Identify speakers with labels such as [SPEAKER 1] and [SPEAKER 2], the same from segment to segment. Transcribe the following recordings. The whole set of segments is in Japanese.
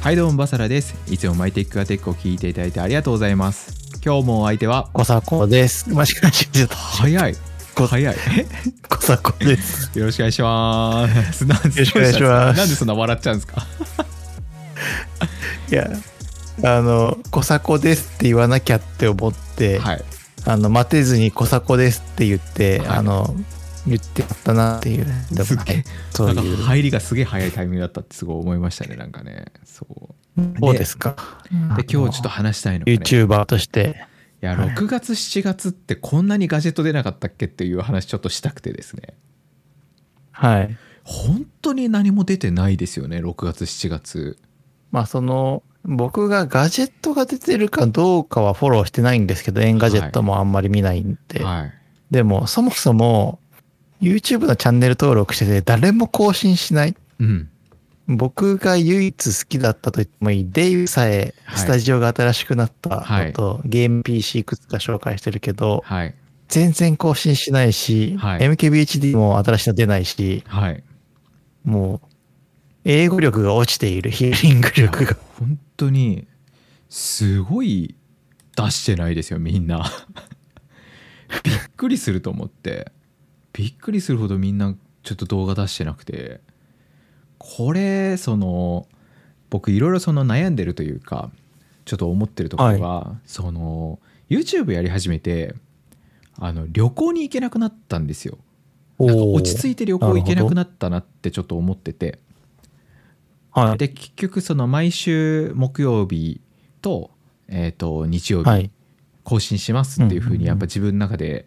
[SPEAKER 1] はいどうもバサラですいつもマイテックアテックを聞いていただいてありがとうございます今日もお相手は
[SPEAKER 2] コサコです。間違えちゃった。
[SPEAKER 1] 早い
[SPEAKER 2] こ
[SPEAKER 1] 早 い
[SPEAKER 2] コサコです。
[SPEAKER 1] よろしくお願いしますよろ
[SPEAKER 2] しくお願いします
[SPEAKER 1] なんでそんな笑っちゃうんですか
[SPEAKER 2] いや、あの、コサコですって言わなきゃって思って、
[SPEAKER 1] はい
[SPEAKER 2] あの、待てずにコサコですって言って、
[SPEAKER 1] はい
[SPEAKER 2] あの、言ってやったなっていう。でも
[SPEAKER 1] すっげえ
[SPEAKER 2] はいそう
[SPEAKER 1] なん
[SPEAKER 2] い
[SPEAKER 1] か
[SPEAKER 2] う。
[SPEAKER 1] 入りがすげえ早いタイミングだったってすごい思いましたねなんかねそう
[SPEAKER 2] そうですか。
[SPEAKER 1] で今日ちょっと話したいのが、ね、
[SPEAKER 2] YouTuber として。
[SPEAKER 1] いや
[SPEAKER 2] はい
[SPEAKER 1] 6月7月ってこんなにガジェット出なかったっけっていう話ちょっとしたくてですね
[SPEAKER 2] はい。
[SPEAKER 1] 本当に何も出てないですよね6月7月
[SPEAKER 2] まあ、その、僕がガジェットが出てるかどうかはフォローしてないんですけど、エンガジェットもあんまり見ないんで。
[SPEAKER 1] はい
[SPEAKER 2] でも、そもそも、YouTube のチャンネル登録してて、誰も更新しない。
[SPEAKER 1] うん
[SPEAKER 2] 僕が唯一好きだったと言ってもいい、デイブさえ
[SPEAKER 1] はい
[SPEAKER 2] スタジオが新しくなった
[SPEAKER 1] はい
[SPEAKER 2] のと、ゲーム PC いくつか紹介してるけど、
[SPEAKER 1] はい
[SPEAKER 2] 全然更新しないし、
[SPEAKER 1] はい
[SPEAKER 2] MKBHD も新しいの出ないし、
[SPEAKER 1] はい
[SPEAKER 2] もう、英語力が落ちている、ヒーリング力が。
[SPEAKER 1] 本当にすごい出してないですよみんな びっくりすると思ってびっくりするほどみんなちょっと動画出してなくてこれその僕いろいろその悩んでるというかちょっと思ってるところは、その YouTube やり始めてあの旅行に行けなくなったんですよなんか
[SPEAKER 2] おー
[SPEAKER 1] 落ち着いて旅行行けなくなったなってちょっと思ってて
[SPEAKER 2] はい。
[SPEAKER 1] で結局その毎週木曜日と,、えー、と日曜
[SPEAKER 2] は
[SPEAKER 1] 日
[SPEAKER 2] い。
[SPEAKER 1] 更新しますっていうふう
[SPEAKER 2] うんうんう
[SPEAKER 1] に
[SPEAKER 2] ん
[SPEAKER 1] やっぱ自分の中で、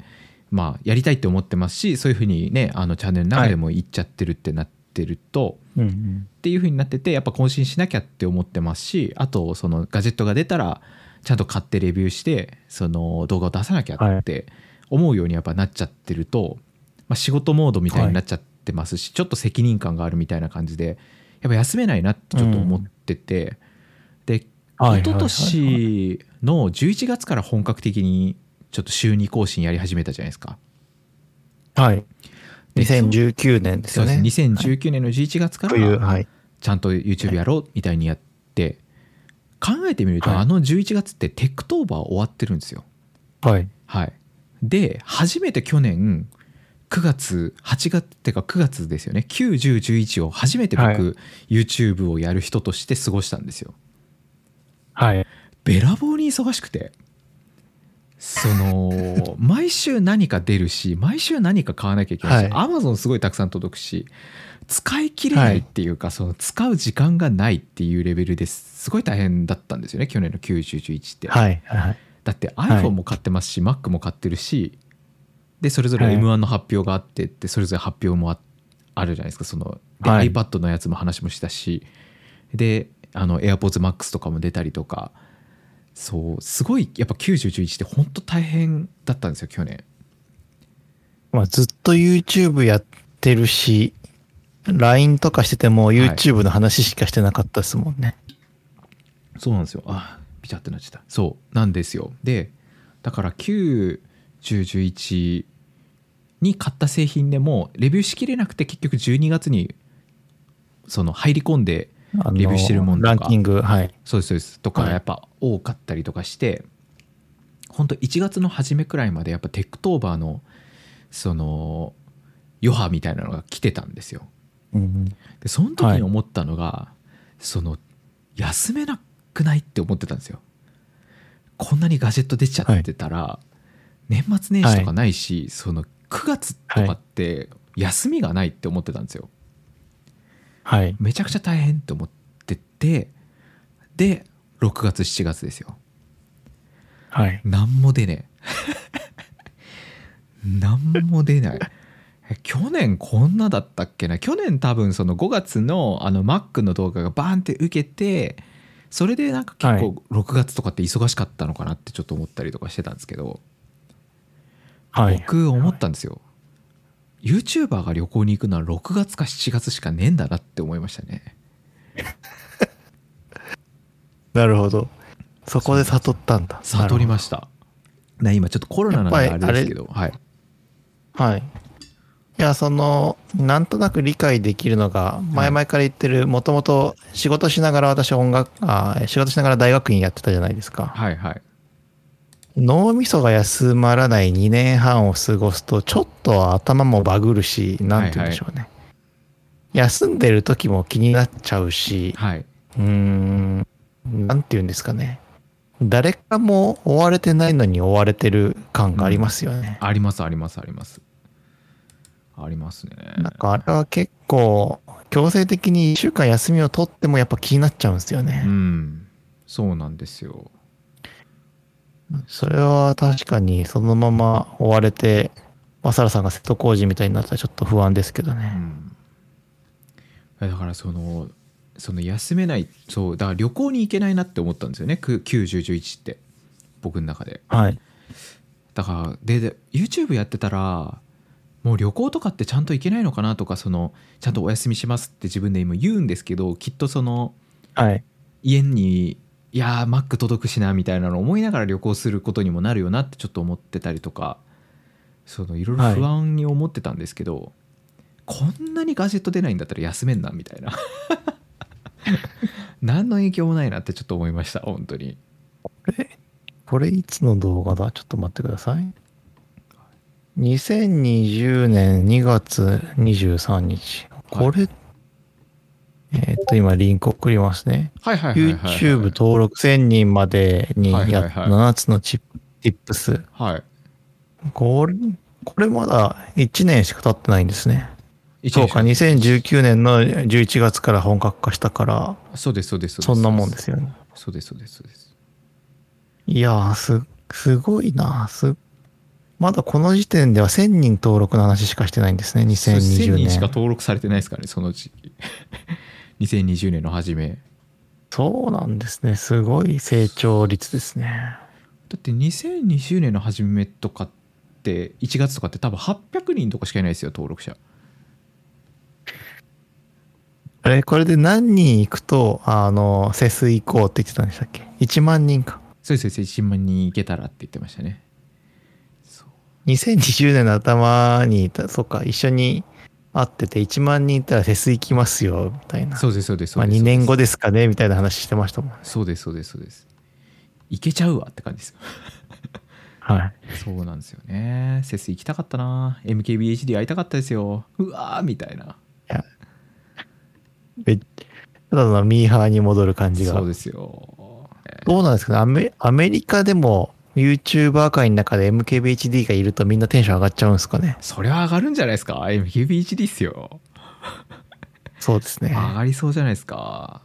[SPEAKER 1] まあ、やりたいって思ってますしそういうふうにねあのチャンネルの中でも言っちゃってるってなってると、
[SPEAKER 2] うんうん
[SPEAKER 1] っていうふうになっててやっぱ更新しなきゃって思ってますしあとそのガジェットが出たらちゃんと買ってレビューしてその動画を出さなきゃって思うようにやっぱなっちゃってると、まあ、仕事モードみたいになっちゃってますし、ちょっと責任感があるみたいな感じでやっぱ休めないなってちょっと思ってて、で
[SPEAKER 2] はい
[SPEAKER 1] 一昨年の11月から本格的にちょっと週2更新やり始めたじゃないですか。
[SPEAKER 2] はい。
[SPEAKER 1] で
[SPEAKER 2] 2019年です
[SPEAKER 1] そう
[SPEAKER 2] よ
[SPEAKER 1] です
[SPEAKER 2] ね。
[SPEAKER 1] ね2019年の11月から、
[SPEAKER 2] という、はい。
[SPEAKER 1] ちゃんと YouTube やろうみたいにやって考えてみると
[SPEAKER 2] はい
[SPEAKER 1] あの11月ってテクトーバー終わってるんですよ
[SPEAKER 2] はい。
[SPEAKER 1] はいで初めて去年9月8月ってか9月ですよね9011を初めて
[SPEAKER 2] はい
[SPEAKER 1] 僕 YouTube をやる人として過ごしたんですよ
[SPEAKER 2] はい。
[SPEAKER 1] べらぼうに忙しくてそ の毎週何か出るし毎週何か買わなきゃいけないし、
[SPEAKER 2] は
[SPEAKER 1] Amazon すごいたくさん届くし使い切れないっていうか、その使う時間がないっていうレベルですすごい大変だったんですよね去年の9011って、
[SPEAKER 2] はい。はい。
[SPEAKER 1] だって
[SPEAKER 2] い
[SPEAKER 1] iPhone も買ってますし、Mac も買ってるしでそれぞれ
[SPEAKER 2] はい
[SPEAKER 1] m 1の発表があってってそれぞれ発表もああるじゃないですかそので、
[SPEAKER 2] はい
[SPEAKER 1] iPad のやつも話もしたしであの AirPodsMax とかも出たりとかそうすごいやっぱ9011って本当大変だったんですよ去年
[SPEAKER 2] まあ、ずっと YouTube やってるし、LINE とかしてても YouTube の話しかしてなかったですもんね。
[SPEAKER 1] そうなんですよあピチャってなっちゃったそうなんですよでだから91011に買った製品でもレビューしきれなくて結局12月にその入り込んで
[SPEAKER 2] あの
[SPEAKER 1] レビューしてるもんとか
[SPEAKER 2] ランキング、はい。
[SPEAKER 1] そうですそうですとか
[SPEAKER 2] はい
[SPEAKER 1] やっぱ多かったりとかして、ほんと1月の初めくらいまでやっぱテックトーバーのその余波みたいなのが来てたんですよ
[SPEAKER 2] うん
[SPEAKER 1] でその時に思ったのが、その休めなくないって思ってたんですよこんなにガジェット出ちゃってたら、年末年始とかないし、その9月とかって休みがないって思ってたんですよ
[SPEAKER 2] はい。
[SPEAKER 1] めちゃくちゃ大変って思っててで6月7月ですよ
[SPEAKER 2] はい。
[SPEAKER 1] なんも出ねえなんも出ないえ去年こんなだったっけな去年多分その5月のあの Mac の動画がバーンって受けてそれでなんか結構6月とかって忙しかったのかなってちょっと思ったりとかしてたんですけど、
[SPEAKER 2] はい。
[SPEAKER 1] 僕思ったんですよ、YouTuber が旅行に行くのは6月か7月しかねえんだなって思いましたね
[SPEAKER 2] なるほど。そこで悟ったんだ。
[SPEAKER 1] 悟り
[SPEAKER 2] す。
[SPEAKER 1] ましたね今ちょっとコロナなんで
[SPEAKER 2] や
[SPEAKER 1] あ
[SPEAKER 2] っ
[SPEAKER 1] れ
[SPEAKER 2] ぱり
[SPEAKER 1] ですけどはい
[SPEAKER 2] はい。いや、その、なんとなく理解できるのが、前々から言ってる、もともと仕事しながら私音楽、あー仕事しながら大学院やってたじゃないですか。
[SPEAKER 1] はいはい
[SPEAKER 2] 脳みそが休まらない2年半を過ごすと、ちょっと頭もバグるし、なんて言うんでしょうね。休んでる時も気になっちゃうし、
[SPEAKER 1] はい。
[SPEAKER 2] うーん、なんて言うんですかね。誰かも追われてないのに追われてる感がありますよね。
[SPEAKER 1] ありますありますあります。ありますね。
[SPEAKER 2] なんかあれは結構、強制的に1週間休みを取ってもやっぱ気になっちゃうんですよ
[SPEAKER 1] う
[SPEAKER 2] ね。
[SPEAKER 1] ん。そうなんですよ。
[SPEAKER 2] それは確かにそのまま追われて、マサラさんが瀬戸康史みたいになったらちょっと不安ですけど
[SPEAKER 1] う
[SPEAKER 2] ね。
[SPEAKER 1] ん。だからその、その休めない、そう、だから旅行に行けないなって思ったんですよね。9、10、11って。僕の中で。
[SPEAKER 2] はい。
[SPEAKER 1] だからでで YouTube やってたらもう旅行とかってちゃんと行けないのかなとかそのちゃんとお休みしますって自分で今言うんですけどきっとその
[SPEAKER 2] はい。
[SPEAKER 1] 家にいやーマック届くしなみたいなのを思いながら旅行することにもなるよなってちょっと思ってたりとかそのいろいろ
[SPEAKER 2] はい
[SPEAKER 1] 不安に思ってたんですけど、こんなにガジェット出ないんだったら休めんなみたい な何の影響もないなってちょっと思いました本当に
[SPEAKER 2] これいつの動画だちょっと待ってください。2020年2月23日。これ、えーっと、今リンク送りますね。
[SPEAKER 1] はいはいはいはい、はい、
[SPEAKER 2] YouTube 登録1000人までに
[SPEAKER 1] はいはい
[SPEAKER 2] や
[SPEAKER 1] はい
[SPEAKER 2] 7つのチップ、ティップス。
[SPEAKER 1] はい
[SPEAKER 2] これ、これまだ1年しか経ってないんですね。
[SPEAKER 1] 一
[SPEAKER 2] そう
[SPEAKER 1] 年し
[SPEAKER 2] か、
[SPEAKER 1] か
[SPEAKER 2] 2019年の11月から本格化したから、
[SPEAKER 1] そうですそうですそうです
[SPEAKER 2] そんなもんですよね。
[SPEAKER 1] そうですそうですそうです
[SPEAKER 2] いやー、す、すごいなす、まだこの時点では1000人登録の話しかしてないんですね、
[SPEAKER 1] そうです
[SPEAKER 2] 2020
[SPEAKER 1] 1000人しか
[SPEAKER 2] 年。
[SPEAKER 1] 登録されてないですからねそのうち 2020年の初めだ
[SPEAKER 2] そうなんですね、すごい成長率ですね。
[SPEAKER 1] って2020年の初めとかって1月とかって多分800人とかしかいないですよ登録者
[SPEAKER 2] あれ、これで何人行くと、あの、セス行こうって言ってたんでしたっけ ?1 万人か。
[SPEAKER 1] そうですそうです1万人いけたらって言ってましたねそう
[SPEAKER 2] 2020年の頭にいた、そうか、一緒に会ってて、1万人いたらフェス行きますよ、みたいな。
[SPEAKER 1] そうですそうですそ
[SPEAKER 2] まあ
[SPEAKER 1] うです
[SPEAKER 2] 2年後ですかね、みたいな話してましたもん。
[SPEAKER 1] そうですそうですそうですいけちゃうわって感じですよ
[SPEAKER 2] はい。
[SPEAKER 1] そうなんですよねセス行きたかったな MKBHD 会いたかったですようわーみたいな
[SPEAKER 2] えただのミーハーに戻る感じが。
[SPEAKER 1] そう
[SPEAKER 2] ど
[SPEAKER 1] ですよ
[SPEAKER 2] うなんですかねアメ、アメリカでも YouTuber 界の中で MKBHD がいるとみんなテンション上がっちゃうんですかね。
[SPEAKER 1] それは上がるんじゃないですか MKBHD っすよ
[SPEAKER 2] そうですね。
[SPEAKER 1] 上がりそうじゃないですか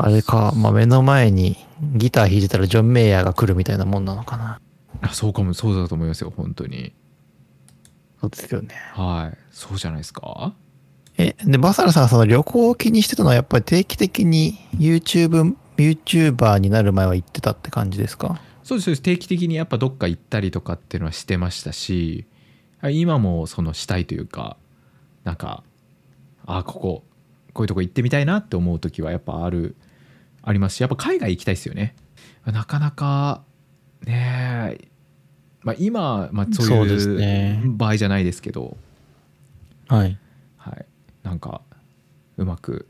[SPEAKER 2] あれか、まあ目の前にギター弾いてたらジョン・メイヤーが来るみたいなもんなのかな。
[SPEAKER 1] あそうかもそうだと思いますよ本当に
[SPEAKER 2] そうですよね。
[SPEAKER 1] はいそうじゃないですか
[SPEAKER 2] え、で、バサラさんはその旅行を気にしてたのはやっぱり定期的に YouTube、YouTuber になる前は行ってたって感じですか
[SPEAKER 1] そうですそうです定期的にやっぱどっか行ったりとかっていうのはしてましたし今もそのしたいというかなんかあこここういうとこ行ってみたいなって思う時はやっぱあるありますしやっぱ海外行きたいですよねなかなかねえまあ今、まあ、そう
[SPEAKER 2] そうです
[SPEAKER 1] い
[SPEAKER 2] ね
[SPEAKER 1] う場合じゃないですけど
[SPEAKER 2] はい。
[SPEAKER 1] はい、なんかうまく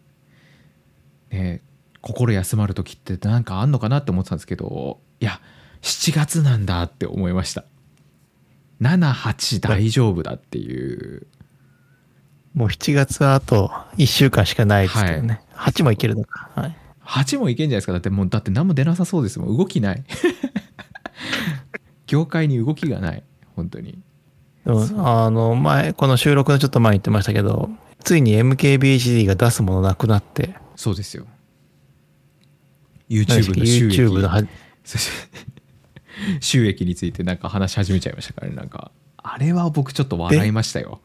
[SPEAKER 1] ね心休まる時ってなんかあんのかなって思ってたんですけどいや7月なんだって思いました78大丈夫だっていう
[SPEAKER 2] もう7月はあと1週間しかないですけどね。8もいけるのか。はい。
[SPEAKER 1] 8もいけんじゃないですかだってもうだって何も出なさそうですもん動きない 業界に動きがない本当に
[SPEAKER 2] でも
[SPEAKER 1] そう
[SPEAKER 2] あの、前、この収録のちょっと前に言ってましたけど、ついに MKBHD が出すものなくなって、
[SPEAKER 1] そうですよ
[SPEAKER 2] 何でした
[SPEAKER 1] YouTube
[SPEAKER 2] っけ
[SPEAKER 1] の収益
[SPEAKER 2] YouTube のは、
[SPEAKER 1] そうそう 収益についてなんか話し始めちゃいましたからねなんかあれは僕ちょっと笑いましたよ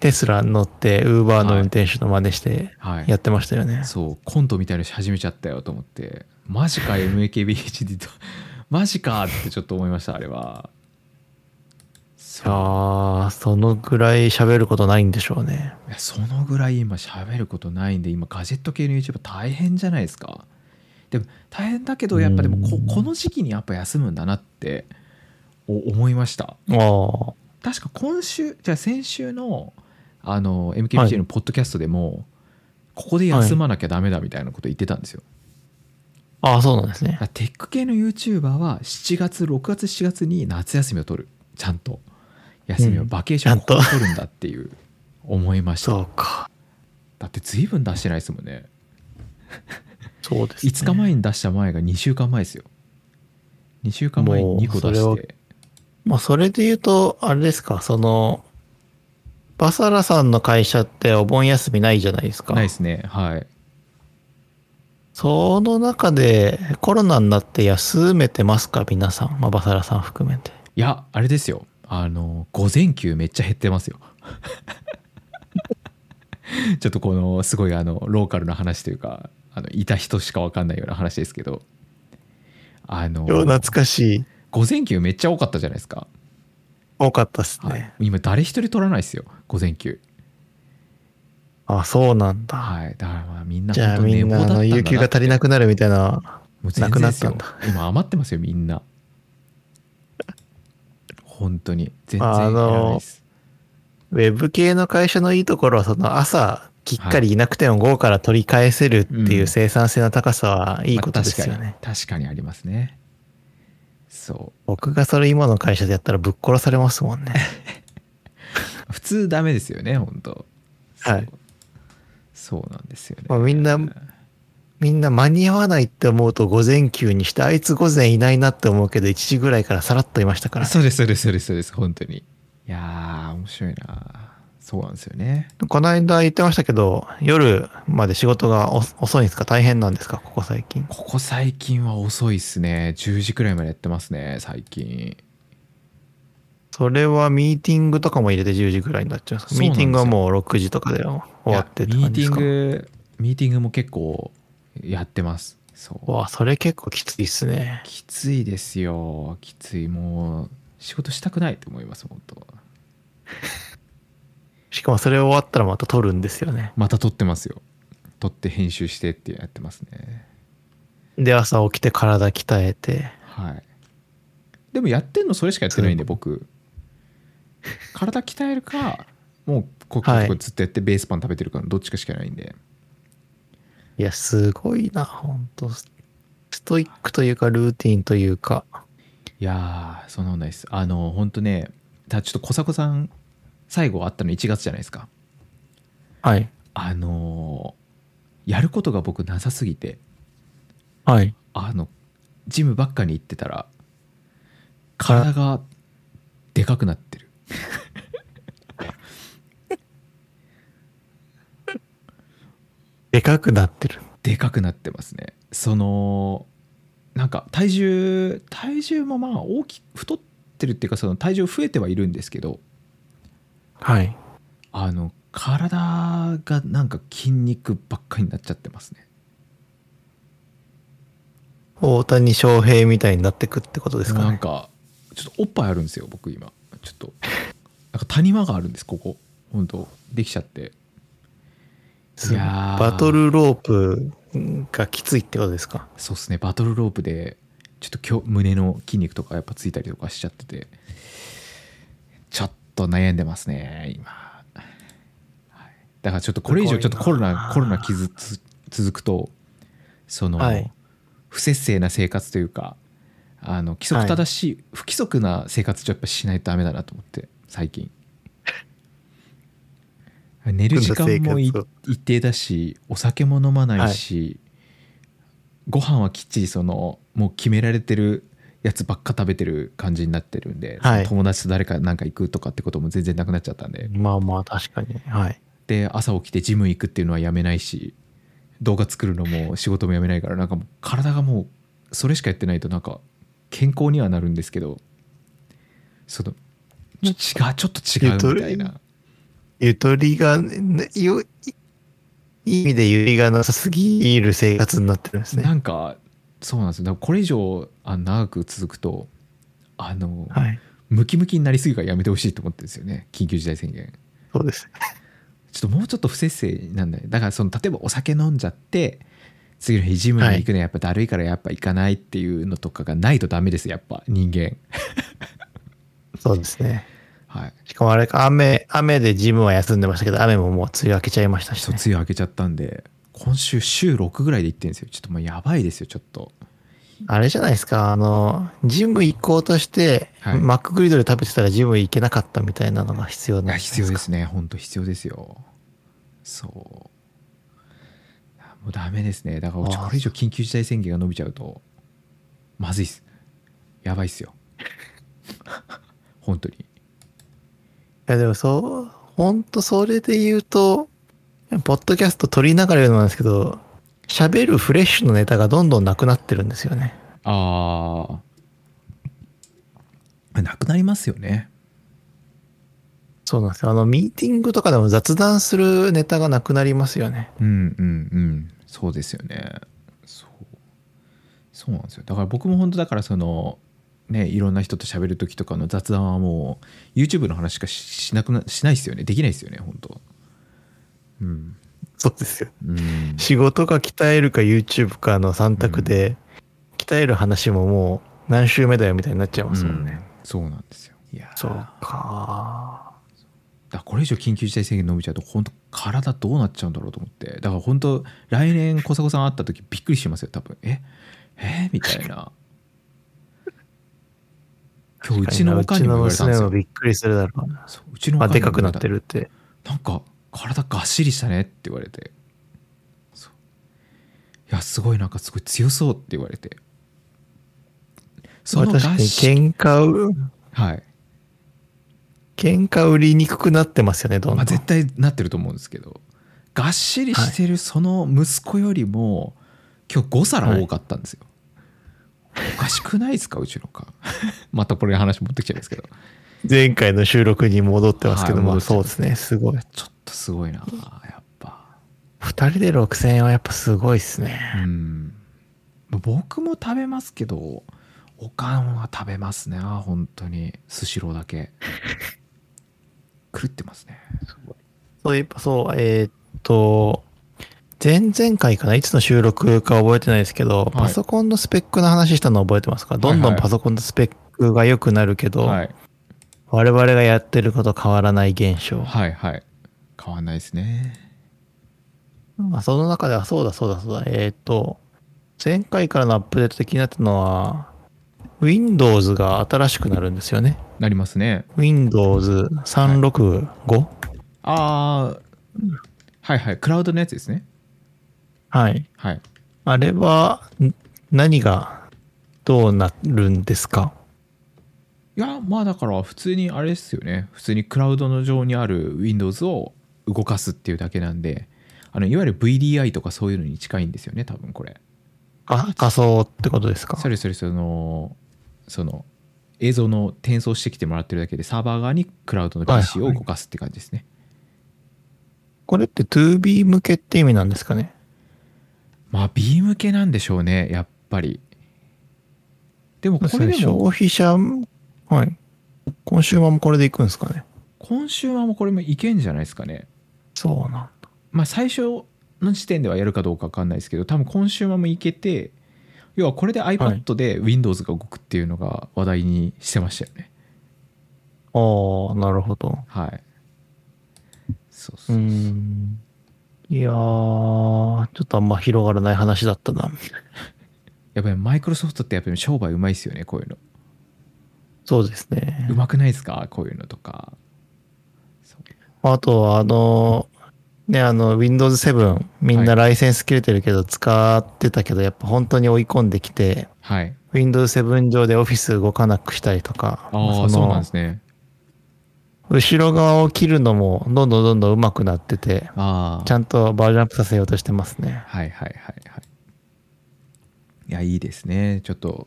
[SPEAKER 2] テスラに乗って、Uber の運転手の真似して
[SPEAKER 1] はい
[SPEAKER 2] やってましたよね。
[SPEAKER 1] そうコントみたいなのし始めちゃったよと思ってマジか MKBHD と マジかってちょっと思いましたあれは
[SPEAKER 2] いや
[SPEAKER 1] そう
[SPEAKER 2] ーそのぐらい喋ることないんでしょうね。
[SPEAKER 1] いやそのぐらい今喋ることないんで今ガジェット系の YouTuber 大変じゃないですかでも大変だけどやっぱでもこ
[SPEAKER 2] うん
[SPEAKER 1] この時期にやっぱ休むんだなってお思いました
[SPEAKER 2] ああ。
[SPEAKER 1] 確か今週じゃあ先週のあの
[SPEAKER 2] はい
[SPEAKER 1] MKBJ のポッドキャストでも、ここで休まなきゃダメだみたいなこと言ってたんですよ、
[SPEAKER 2] ああ、そうなんですね。
[SPEAKER 1] だからテック系の YouTuber は7月6月7月に夏休みを取るちゃんと休みを、
[SPEAKER 2] うん
[SPEAKER 1] バケーションをこ
[SPEAKER 2] ちゃ
[SPEAKER 1] こで
[SPEAKER 2] んと
[SPEAKER 1] 取るんだっていう思いました
[SPEAKER 2] そうか。
[SPEAKER 1] だって随分出してないですもんね
[SPEAKER 2] そうです、ね。
[SPEAKER 1] 5日前に出した前が2週間前ですよ2週間前に2個出
[SPEAKER 2] もう
[SPEAKER 1] し
[SPEAKER 2] そ
[SPEAKER 1] て
[SPEAKER 2] まあ、それで言うと、あれですか、その、バサラさんの会社ってお盆休みないじゃないですか。
[SPEAKER 1] ないですねはい
[SPEAKER 2] その中で、コロナになって休めてますか、皆さん。まあ、バサラさん含めて。
[SPEAKER 1] いやあれですよあの午前休めっちゃ減ってますよ ちょっとこのすごいあのローカルな話というかあのいた人しか分かんないような話ですけどあの
[SPEAKER 2] かしい。
[SPEAKER 1] 午前休めっちゃ多かったじゃないですか、
[SPEAKER 2] 多かったっす
[SPEAKER 1] はい。今誰一人取らないですよ午前休
[SPEAKER 2] あ、そうなんだ。
[SPEAKER 1] はいだからまあみんな
[SPEAKER 2] じゃあ
[SPEAKER 1] 本当
[SPEAKER 2] み
[SPEAKER 1] 寝
[SPEAKER 2] ん
[SPEAKER 1] 坊
[SPEAKER 2] な
[SPEAKER 1] だ
[SPEAKER 2] あ
[SPEAKER 1] ったんだ
[SPEAKER 2] の
[SPEAKER 1] な
[SPEAKER 2] 有給が足りなくなるみたいな。
[SPEAKER 1] もう全然ですよ
[SPEAKER 2] なくなっ
[SPEAKER 1] 今余ってますよみんな本当に全然
[SPEAKER 2] まああ
[SPEAKER 1] いら
[SPEAKER 2] の
[SPEAKER 1] ないです、
[SPEAKER 2] ウェブ系の会社のいいところはその朝きっかりいなくても午後から取り返せるっていううん生産性の高さはいいことですよ
[SPEAKER 1] まあ
[SPEAKER 2] ね。
[SPEAKER 1] 確かに確かにありますねそ
[SPEAKER 2] 僕がそれ今の会社でやったらぶっ殺されますもんね。
[SPEAKER 1] う普通ダメですよね本当そう
[SPEAKER 2] はい
[SPEAKER 1] そうなんですよね、
[SPEAKER 2] まあみんなみんな間に合わないって思うと午前休にしてあいつ午前いないなって思うけど1時ぐらいからさらっといましたから。
[SPEAKER 1] そうですそうですそうですそうです本当にいやー面白いなそうなんですよね
[SPEAKER 2] この間言ってましたけど夜まで仕事がお遅いんですか大変なんですかここ最近。
[SPEAKER 1] ここ最近は遅いっすね10時くらいまでやってますね最近
[SPEAKER 2] それはミーティングとかも入れて10時ぐらいになっちゃうんですか
[SPEAKER 1] そうなん
[SPEAKER 2] ミ
[SPEAKER 1] です
[SPEAKER 2] ーテ
[SPEAKER 1] よ
[SPEAKER 2] ィングはもう6時とかで終わってって
[SPEAKER 1] いや
[SPEAKER 2] 感
[SPEAKER 1] ミーテ
[SPEAKER 2] じで
[SPEAKER 1] ィ
[SPEAKER 2] す
[SPEAKER 1] ン
[SPEAKER 2] か
[SPEAKER 1] グミーティングも結構やってますそう
[SPEAKER 2] わあそれ結構きついっすね。
[SPEAKER 1] きついですよきついもう仕事したくないと思います本当
[SPEAKER 2] しかもそれ終わったらまた撮るんですよね。
[SPEAKER 1] また撮ってますよ撮って編集してってやってますね
[SPEAKER 2] で朝起きて体鍛えて。
[SPEAKER 1] はいでもやってんのそれしかやってないんで僕体鍛えるかもうここ
[SPEAKER 2] はい
[SPEAKER 1] こずっとやってベースパン食べてるかのどっちかしかないんで
[SPEAKER 2] いやすごいな本当ストイックというかルーティンというか。
[SPEAKER 1] いやーそんなことないですあの本当ねたちょっと小迫さん最後会ったの1月じゃないですか
[SPEAKER 2] はい。
[SPEAKER 1] あのーやることが僕なさすぎて
[SPEAKER 2] はい。
[SPEAKER 1] あのジムばっかに行ってたら体がでかくなってる
[SPEAKER 2] でかくなってる。
[SPEAKER 1] でかくなってますねそのなんか体重体重もまあ大き太ってるっていうかその体重増えてはいるんですけど
[SPEAKER 2] はい。
[SPEAKER 1] あの体がなんか筋肉ばっかりになっちゃってますね
[SPEAKER 2] 大谷翔平みたいになってくってことですか
[SPEAKER 1] なん
[SPEAKER 2] ね。
[SPEAKER 1] かちょっとおっぱいあるんですよ僕今ちょっとなんか谷間があるんですここ本当できちゃって
[SPEAKER 2] すごい
[SPEAKER 1] いやー
[SPEAKER 2] バトルロープがきついってことですか。
[SPEAKER 1] そうですねバトルロープでちょっと今日胸の筋肉とかやっぱついたりとかしちゃっててちょっと悩んでますね今、はい、だからちょっとこれ以上ちょっとコロ
[SPEAKER 2] すごい
[SPEAKER 1] ナ
[SPEAKER 2] な
[SPEAKER 1] コロナ傷つ続くとその、
[SPEAKER 2] はい
[SPEAKER 1] 不節制な生活というかあの規則正しい、不規則な生活じゃやっぱしないとダメだなと思って最近 寝る時間もい
[SPEAKER 2] 不規則な生活を
[SPEAKER 1] 一定だしお酒も飲まないし、ご飯はきっちりそのもう決められてるやつばっか食べてる感じになってるんで、
[SPEAKER 2] はい
[SPEAKER 1] その友達と誰かなんか行くとかってことも全然なくなっちゃったんで、
[SPEAKER 2] まあまあ確かに。はい。
[SPEAKER 1] で朝起きてジム行くっていうのはやめないし動画作るの も仕事もやめないからなんかもう体がもうそれしかやってないとなんか健康にはなるんですけどそのち違うちょっと違うみたいな
[SPEAKER 2] ゆとりが、ね、よいいい意味でゆりがなさすぎる生活になってるんです
[SPEAKER 1] な
[SPEAKER 2] ね。
[SPEAKER 1] んかそうなんですよだからこれ以上あ長く続くとあの、
[SPEAKER 2] はい。
[SPEAKER 1] ムキムキになりすぎるからやめてほしいと思ってるんですよね緊急事態宣言
[SPEAKER 2] そうです。
[SPEAKER 1] ちょっともうちょっと不節制なんだよだからその例えばお酒飲んじゃって次の日ジムに行くのやっぱだるいからやっぱ行かないっていうのとかがないとダメですやっぱ人間
[SPEAKER 2] そうですね。
[SPEAKER 1] はい
[SPEAKER 2] しかもあれか、雨、雨でジムは休んでましたけど、雨ももう梅雨明けちゃいましたし、
[SPEAKER 1] ちょっ
[SPEAKER 2] ね
[SPEAKER 1] と。梅雨明けちゃったんで今週週6ぐらいで行ってんですよちょっともうやばいですよちょっと
[SPEAKER 2] あれじゃないですか、あの、ジム行こうとして、
[SPEAKER 1] はい
[SPEAKER 2] マックグリドル食べてたらジム行けなかったみたいなのが必要
[SPEAKER 1] い
[SPEAKER 2] な
[SPEAKER 1] や
[SPEAKER 2] ん
[SPEAKER 1] 必要
[SPEAKER 2] か
[SPEAKER 1] ですね本当必要ですよそういやもうダメですねだから
[SPEAKER 2] あー
[SPEAKER 1] これ以上緊急事態宣言が伸びちゃうとまずいっすやばいっ すよ本当に
[SPEAKER 2] いやでもそう、ほんとそれで言うと、ポッドキャスト撮りながら言うのもなんですけど、喋るフレッシュのネタがどんどんなくなってるんですよね。
[SPEAKER 1] ああなくなりますよね
[SPEAKER 2] そうなんですよ。あの、ミーティングとかでも雑談するネタがなくなりますよね。
[SPEAKER 1] うんうんうんそうですよねそうそうなんですよだから僕も本当だからそのねいろんな人と喋る時とかの雑談はもう YouTube の話しかししなくなしないですよねできないですよね本当うん
[SPEAKER 2] そうですよ。
[SPEAKER 1] うん
[SPEAKER 2] 仕事か鍛えるか YouTube かの3択で、鍛える話ももう何週目だよみたいになっちゃいますもんね。
[SPEAKER 1] うんそうなんですよいやー
[SPEAKER 2] そう
[SPEAKER 1] だか
[SPEAKER 2] か。
[SPEAKER 1] らこれ以上緊急事態宣言伸びちゃうと本当体どうなっちゃうんだろうと思ってだから本当来年小迫さん会った時びっくりしますよ多分ええみたい な今日うちのおかんにも言わ
[SPEAKER 2] う
[SPEAKER 1] れ
[SPEAKER 2] ち
[SPEAKER 1] た
[SPEAKER 2] の
[SPEAKER 1] んです
[SPEAKER 2] 娘
[SPEAKER 1] よ
[SPEAKER 2] もびっくりするだろうな。
[SPEAKER 1] そううちの
[SPEAKER 2] まあ、
[SPEAKER 1] 若
[SPEAKER 2] で
[SPEAKER 1] いの
[SPEAKER 2] かくなっ
[SPEAKER 1] 方
[SPEAKER 2] てるって。
[SPEAKER 1] なんか体がっしりしたねって言われてそういやすごいなんかすごい強そうって言われてそのがっ
[SPEAKER 2] 確かに
[SPEAKER 1] し
[SPEAKER 2] 喧嘩を、
[SPEAKER 1] はい、
[SPEAKER 2] 喧嘩売りにくくなってますよね、どん
[SPEAKER 1] ま
[SPEAKER 2] ど
[SPEAKER 1] あ、
[SPEAKER 2] ん。
[SPEAKER 1] 絶対なってると思うんですけどがっしりしてるその息子よりも、今日5皿多かったんですよ、おかしくないですかうちのかまたこれ話持ってきちゃいますけど
[SPEAKER 2] 前回の収録に戻ってますけど
[SPEAKER 1] はい
[SPEAKER 2] も、
[SPEAKER 1] 戻って
[SPEAKER 2] そうですね、すごい。
[SPEAKER 1] ちょっとすごいなやっぱ
[SPEAKER 2] 二人で6000円はやっぱすごいですね。
[SPEAKER 1] うん僕も食べますけどおかんは食べますね本当にスシローだけ狂ってますね
[SPEAKER 2] そういえば、そう、えーっと、前々回かな、いつの収録か覚えてないですけど、パソコンのスペックの話したの覚えてますかどんど
[SPEAKER 1] はい
[SPEAKER 2] ん
[SPEAKER 1] はい
[SPEAKER 2] パソコンのスペックが良くなるけど、
[SPEAKER 1] はい
[SPEAKER 2] 我々がやってること変わらない現象。
[SPEAKER 1] はいはい変わんないですね
[SPEAKER 2] まあ、その中では、そうだそうだそうだ、えーっと、前回からのアップデートで気になったのは、Windows が新しくなるんですよね。
[SPEAKER 1] なりますね
[SPEAKER 2] Windows365?、
[SPEAKER 1] あーはいはいクラウドのやつですね
[SPEAKER 2] はい。
[SPEAKER 1] はい
[SPEAKER 2] あれは、ん何がどうなるんですか
[SPEAKER 1] いやまあだから普通にあれですよね普通にクラウドの上にある Windows を動かすっていうだけなんであのいわゆる VDI とかそういうのに近いんですよね多分これ
[SPEAKER 2] か仮想ってことですか
[SPEAKER 1] それそれそのその映像の転送してきてもらってるだけでサーバー側にクラウドの PC
[SPEAKER 2] はいは
[SPEAKER 1] を
[SPEAKER 2] い
[SPEAKER 1] 動かすって感じですね、
[SPEAKER 2] これって 2B 向けって意味なんですかね
[SPEAKER 1] まあ B 向けなんでしょうねやっぱりでもこれでも
[SPEAKER 2] 消費者、はい。コンシューマーもこれでいくんですかね
[SPEAKER 1] 今週はもうこれもいけんじゃないですかね
[SPEAKER 2] そうなんだ。
[SPEAKER 1] まあ最初の時点ではやるかどうか分かんないですけど多分今週はもういけて要はこれで iPad で Windows が動くっていうのが話題にしてましたよね
[SPEAKER 2] ああ、なるほど。
[SPEAKER 1] はいそう
[SPEAKER 2] う
[SPEAKER 1] そうそ
[SPEAKER 2] ー
[SPEAKER 1] う、
[SPEAKER 2] ん。いやー、ちょっとあんま広がらない話だったな。
[SPEAKER 1] やっぱりマイクロソフトってやっぱり商売うまいですよねこういうの
[SPEAKER 2] そうですね
[SPEAKER 1] う。まくないですかこういうのとかそう
[SPEAKER 2] あとは、あの、ね、あの、Windows 7、みん
[SPEAKER 1] は
[SPEAKER 2] なライセンス切れてるけど、使ってたけど、やっぱ本当に追い込んできて、
[SPEAKER 1] はい
[SPEAKER 2] Windows 7上で Office 動かなくしたりとか、
[SPEAKER 1] あ
[SPEAKER 2] の
[SPEAKER 1] あそうなんですね
[SPEAKER 2] 後ろ側を切るのも、どんどんどんどん上手くなってて、
[SPEAKER 1] あ
[SPEAKER 2] ち
[SPEAKER 1] あ
[SPEAKER 2] ゃんとバージョンアップさせようとしてますね。
[SPEAKER 1] はいはいはいはいいやいいですねちょっと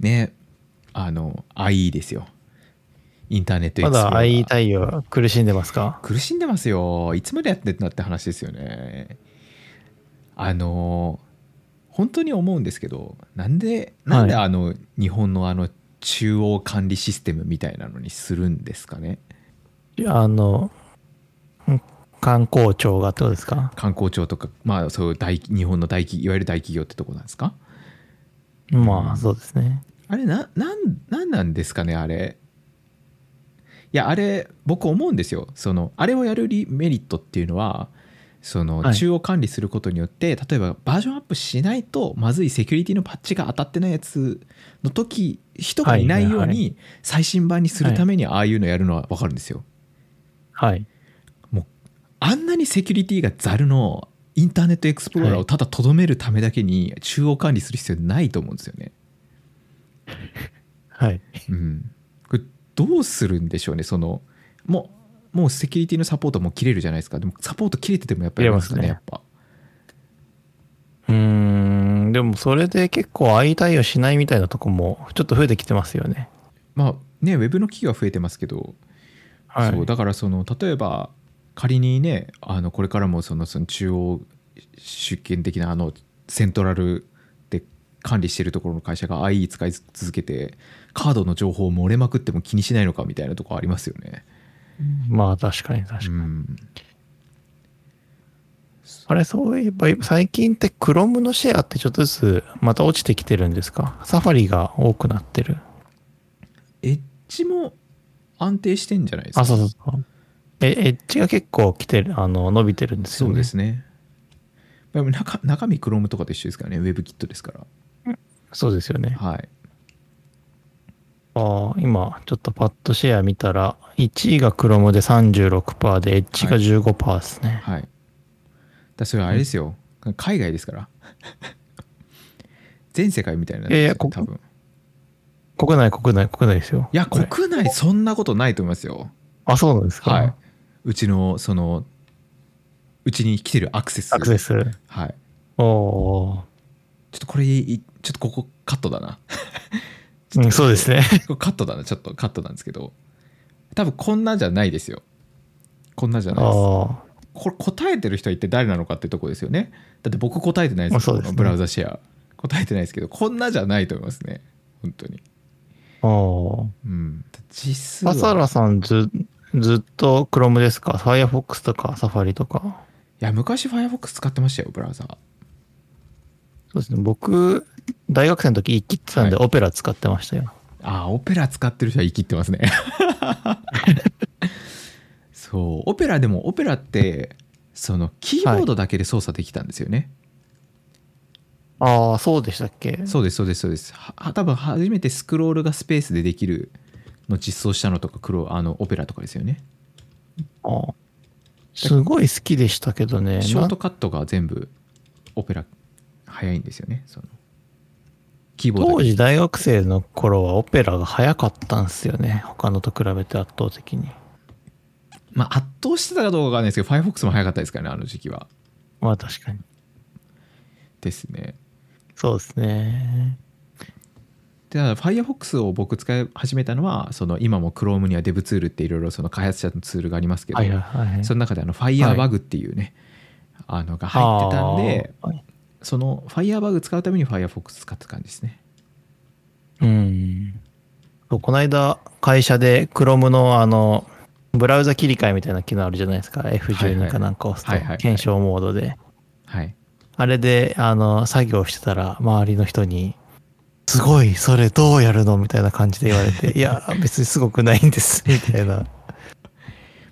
[SPEAKER 1] ねあの IE ですよインターネットエ
[SPEAKER 2] ま
[SPEAKER 1] クスプローラ
[SPEAKER 2] だ
[SPEAKER 1] ー
[SPEAKER 2] IE 対応苦しんでますか
[SPEAKER 1] 苦しんでますよいつまでやってんだって話ですよねあの本当に思うんですけどなんでなんで
[SPEAKER 2] は
[SPEAKER 1] あの、日本のあの中央管理システムみたいなのにするんですかね
[SPEAKER 2] あの、ん観光庁がってことですか
[SPEAKER 1] 観光庁とか、まあ、そういう大日本の大企いわゆる大企業ってとこなんですか
[SPEAKER 2] まあ、そうですね。
[SPEAKER 1] あれななんなんなんですかねあれやあれ僕思うんですよそのあれをやるリメリットっていうのはそ
[SPEAKER 2] は
[SPEAKER 1] の
[SPEAKER 2] い
[SPEAKER 1] 中央管理することによって、例えばバージョンアップしないとまずいセキュリティのパッチが当たってないやつの時人がいないよう
[SPEAKER 2] はいはいは
[SPEAKER 1] に最新版にするためにああいうのやるのは分かるんですよ。
[SPEAKER 2] はい。
[SPEAKER 1] あんなにセキュリティがザルのインターネットエクスプローラーをただとどめるためだけに中央管理する必要ないと思うんですよね。
[SPEAKER 2] はい。
[SPEAKER 1] うん、これどうするんでしょうねそのもうもうセキュリティのサポートも切れるじゃないですかでもサポート切れててもやっぱりあり
[SPEAKER 2] 切れま
[SPEAKER 1] ます
[SPEAKER 2] す
[SPEAKER 1] か
[SPEAKER 2] ね
[SPEAKER 1] ねやっぱ
[SPEAKER 2] うーん、でもそれで結構相対応しないみたいなとこもちょっと増えてきてますよね。
[SPEAKER 1] まあねウェブの企業は増えてますけど、
[SPEAKER 2] はい。
[SPEAKER 1] そうだからその例えば仮にねあのこれからもそのその中央集権的なあのセントラルで管理してるところの会社が IE 使い続けてカードの情報を漏れまくっても気にしないのかみたいなとこありますよね。
[SPEAKER 2] まあ確かに確かに。
[SPEAKER 1] うん、
[SPEAKER 2] あれ、そういえば最近って Chrome のシェアってちょっとずつまた落ちてきてるんですかサファリが多くなってる。
[SPEAKER 1] エッジも安定してんじゃないですか
[SPEAKER 2] あ、そうそうそう。え、エッジが結構来てる、あの、伸びてるんです
[SPEAKER 1] そ
[SPEAKER 2] よね。
[SPEAKER 1] うですね。でも中中身 Chrome とかと一緒ですからね、WebKit ですから。
[SPEAKER 2] そうですよね。
[SPEAKER 1] はい。
[SPEAKER 2] ああ、今、ちょっとパッとシェア見たら、1位が Chrome で36%で、エッジが15%ですね。
[SPEAKER 1] はい。だからそれはあれですよ、海外ですから。 全世界みたいなんですよ
[SPEAKER 2] いやいやこ
[SPEAKER 1] 多分。
[SPEAKER 2] 国内、国内、国内ですよ。
[SPEAKER 1] いや、
[SPEAKER 2] これ
[SPEAKER 1] 国内そんなことないと思いますよ。
[SPEAKER 2] あ、そうなんですか。
[SPEAKER 1] はい。うちの、その、うちに来てるアクセス。
[SPEAKER 2] アクセス。
[SPEAKER 1] はい。
[SPEAKER 2] おお
[SPEAKER 1] ちょっとこれ、いちょっとここカットだな。
[SPEAKER 2] ー、うん、そうですね。
[SPEAKER 1] これカットだな、ちょっとカットなんですけど。多分こんなじゃないですよ。こんなじゃないです。
[SPEAKER 2] あ
[SPEAKER 1] これ答えてる人は一体誰なのかってとこですよねだって僕答えてない
[SPEAKER 2] ま
[SPEAKER 1] で
[SPEAKER 2] あ
[SPEAKER 1] す
[SPEAKER 2] そう
[SPEAKER 1] よ、
[SPEAKER 2] ですね
[SPEAKER 1] ブラウザシェア答えてないですけどこんなじゃないと思いますね本当に
[SPEAKER 2] あ、ああ。
[SPEAKER 1] うん実
[SPEAKER 2] パサ
[SPEAKER 1] は
[SPEAKER 2] ラさんず、ずっと Chrome ですか ?Firefox とか Safari とか。
[SPEAKER 1] いや昔 Firefox 使ってましたよブラウザ
[SPEAKER 2] そうですね。僕、大学生の時、イキってたんで、
[SPEAKER 1] は
[SPEAKER 2] オペラ使ってましたよ。
[SPEAKER 1] ああオペラ使ってる人は生きって ますねそうオペラでもオペラってそのキーボードだけで操作できたんですよね、
[SPEAKER 2] ああ、そうでしたっけ
[SPEAKER 1] そうですそうですそうですは多分初めてスクロールがスペースでできるの実装したのとかクロあのオペラとかですよね
[SPEAKER 2] ああすごい好きでしたけどね。
[SPEAKER 1] ショー
[SPEAKER 2] な
[SPEAKER 1] トカットが全部オペラ早いんですよねそのキーボード
[SPEAKER 2] 当
[SPEAKER 1] だけ
[SPEAKER 2] 時大学生の頃はオペラが早かったんですよね。他のと比べて圧倒的に。
[SPEAKER 1] まあ圧倒してたかどうかわかんないですけど Firefox も早かったですからねあの時期は
[SPEAKER 2] まあ確かに。
[SPEAKER 1] ですね
[SPEAKER 2] そうですね。
[SPEAKER 1] でだから Firefox を僕使い始めたのはその今も Chrome には Dev ツールっていろいろその開発者のツールがありますけど、
[SPEAKER 2] はいはいはい。
[SPEAKER 1] その中であの Firebug っていうね、あのが入ってたんで
[SPEAKER 2] ああ。はい
[SPEAKER 1] その Firebug 使うために Firefox 使ってた感じですね
[SPEAKER 2] うん。そうこの間、会社で Chrome のあの、ブラウザ切り替えみたいな機能あるじゃないですか。F12 かなんか押すと、
[SPEAKER 1] はいはいはいはい
[SPEAKER 2] 検証モードで。
[SPEAKER 1] はい
[SPEAKER 2] あれで、あの、作業してたら、周りの人に、すごい、それどうやるのみたいな感じで言われ て、いや、別にすごくないんです、みたいな。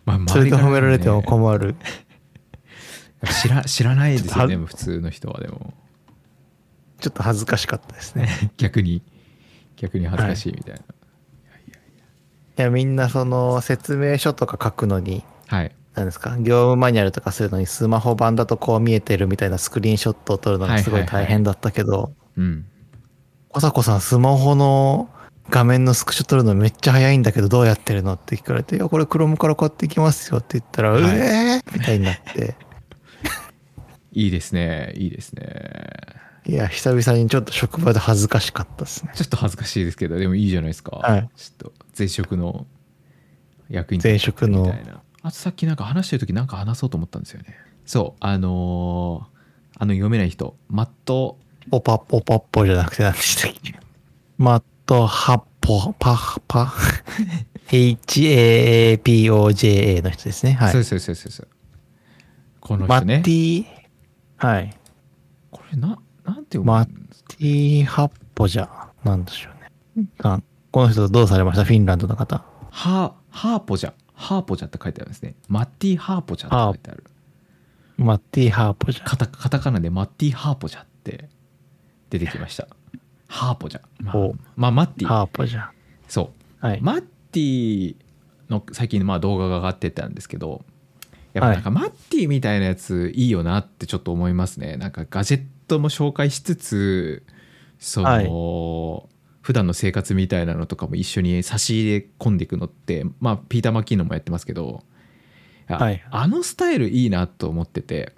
[SPEAKER 1] まあ
[SPEAKER 2] それ
[SPEAKER 1] 周り
[SPEAKER 2] で
[SPEAKER 1] か
[SPEAKER 2] 褒められても
[SPEAKER 1] ね
[SPEAKER 2] 困る。
[SPEAKER 1] 知ら知らないです
[SPEAKER 2] ちょ
[SPEAKER 1] よ
[SPEAKER 2] っと
[SPEAKER 1] ね
[SPEAKER 2] は
[SPEAKER 1] 普通の人はでも
[SPEAKER 2] ちょっと恥ずかしかったです ね。
[SPEAKER 1] 逆に逆に恥ずかしいみたいな
[SPEAKER 2] はいや、みんなその、説明書とか書くのに、
[SPEAKER 1] はい、
[SPEAKER 2] なんですか業務マニュアルとかするのにスマホ版だとこう見えてるみたいなスクリーンショットを撮るのがすごい大変だったけど、
[SPEAKER 1] うん
[SPEAKER 2] コサコさんスマホの画面のスクショ撮るのめっちゃ早いんだけどどうやってるのって聞かれて、いや、これ Chrome から買ってきますよって言ったら、
[SPEAKER 1] はいう
[SPEAKER 2] えーみたいになって、
[SPEAKER 1] いいですねいいですね
[SPEAKER 2] いや、久々にちょっと職場で恥ずかしかったですね。
[SPEAKER 1] ちょっと恥ずかしいですけどでもいいじゃないですか、
[SPEAKER 2] はい
[SPEAKER 1] ちょっと前職の役員
[SPEAKER 2] 前職
[SPEAKER 1] み
[SPEAKER 2] の
[SPEAKER 1] た、いなあとさっきなんか話してる時なんか話そうと思ったんですよねそうあのーあの読めない人マット
[SPEAKER 2] ポパポパッポじゃなくて何でしたっけマットハッポパッパ ?HAAPOJA の人ですね。はい
[SPEAKER 1] そう。そうそうそうそうこの
[SPEAKER 2] マ
[SPEAKER 1] 人
[SPEAKER 2] ッ
[SPEAKER 1] ね
[SPEAKER 2] ティ、はい。
[SPEAKER 1] これななんて読む
[SPEAKER 2] マッティハッポじゃ、なんでしょうね。あこの人どうされましたフィンランドの方。
[SPEAKER 1] ハハーポジャハーポジャって書いてあるんですねマッティ・ハーポジャって書いてある
[SPEAKER 2] マッティ・ハーポじゃん。
[SPEAKER 1] カタカタカナでマッティ・ハーポジャって出てきましたハーポジャまあ
[SPEAKER 2] お、
[SPEAKER 1] まあマッティ
[SPEAKER 2] ハーポじゃん。
[SPEAKER 1] そう
[SPEAKER 2] はい。
[SPEAKER 1] マッティの最近まあ動画が上がってたんですけどやっぱなんかマッティみたいなやついいよなってちょっと思いますねなんかガジェットも紹介しつつその、普段の生活みたいなのとかも一緒に差し入れ込んでいくのってまあピーター・マッキーノもやってますけどあ,、
[SPEAKER 2] はい
[SPEAKER 1] あのスタイルいいなと思ってて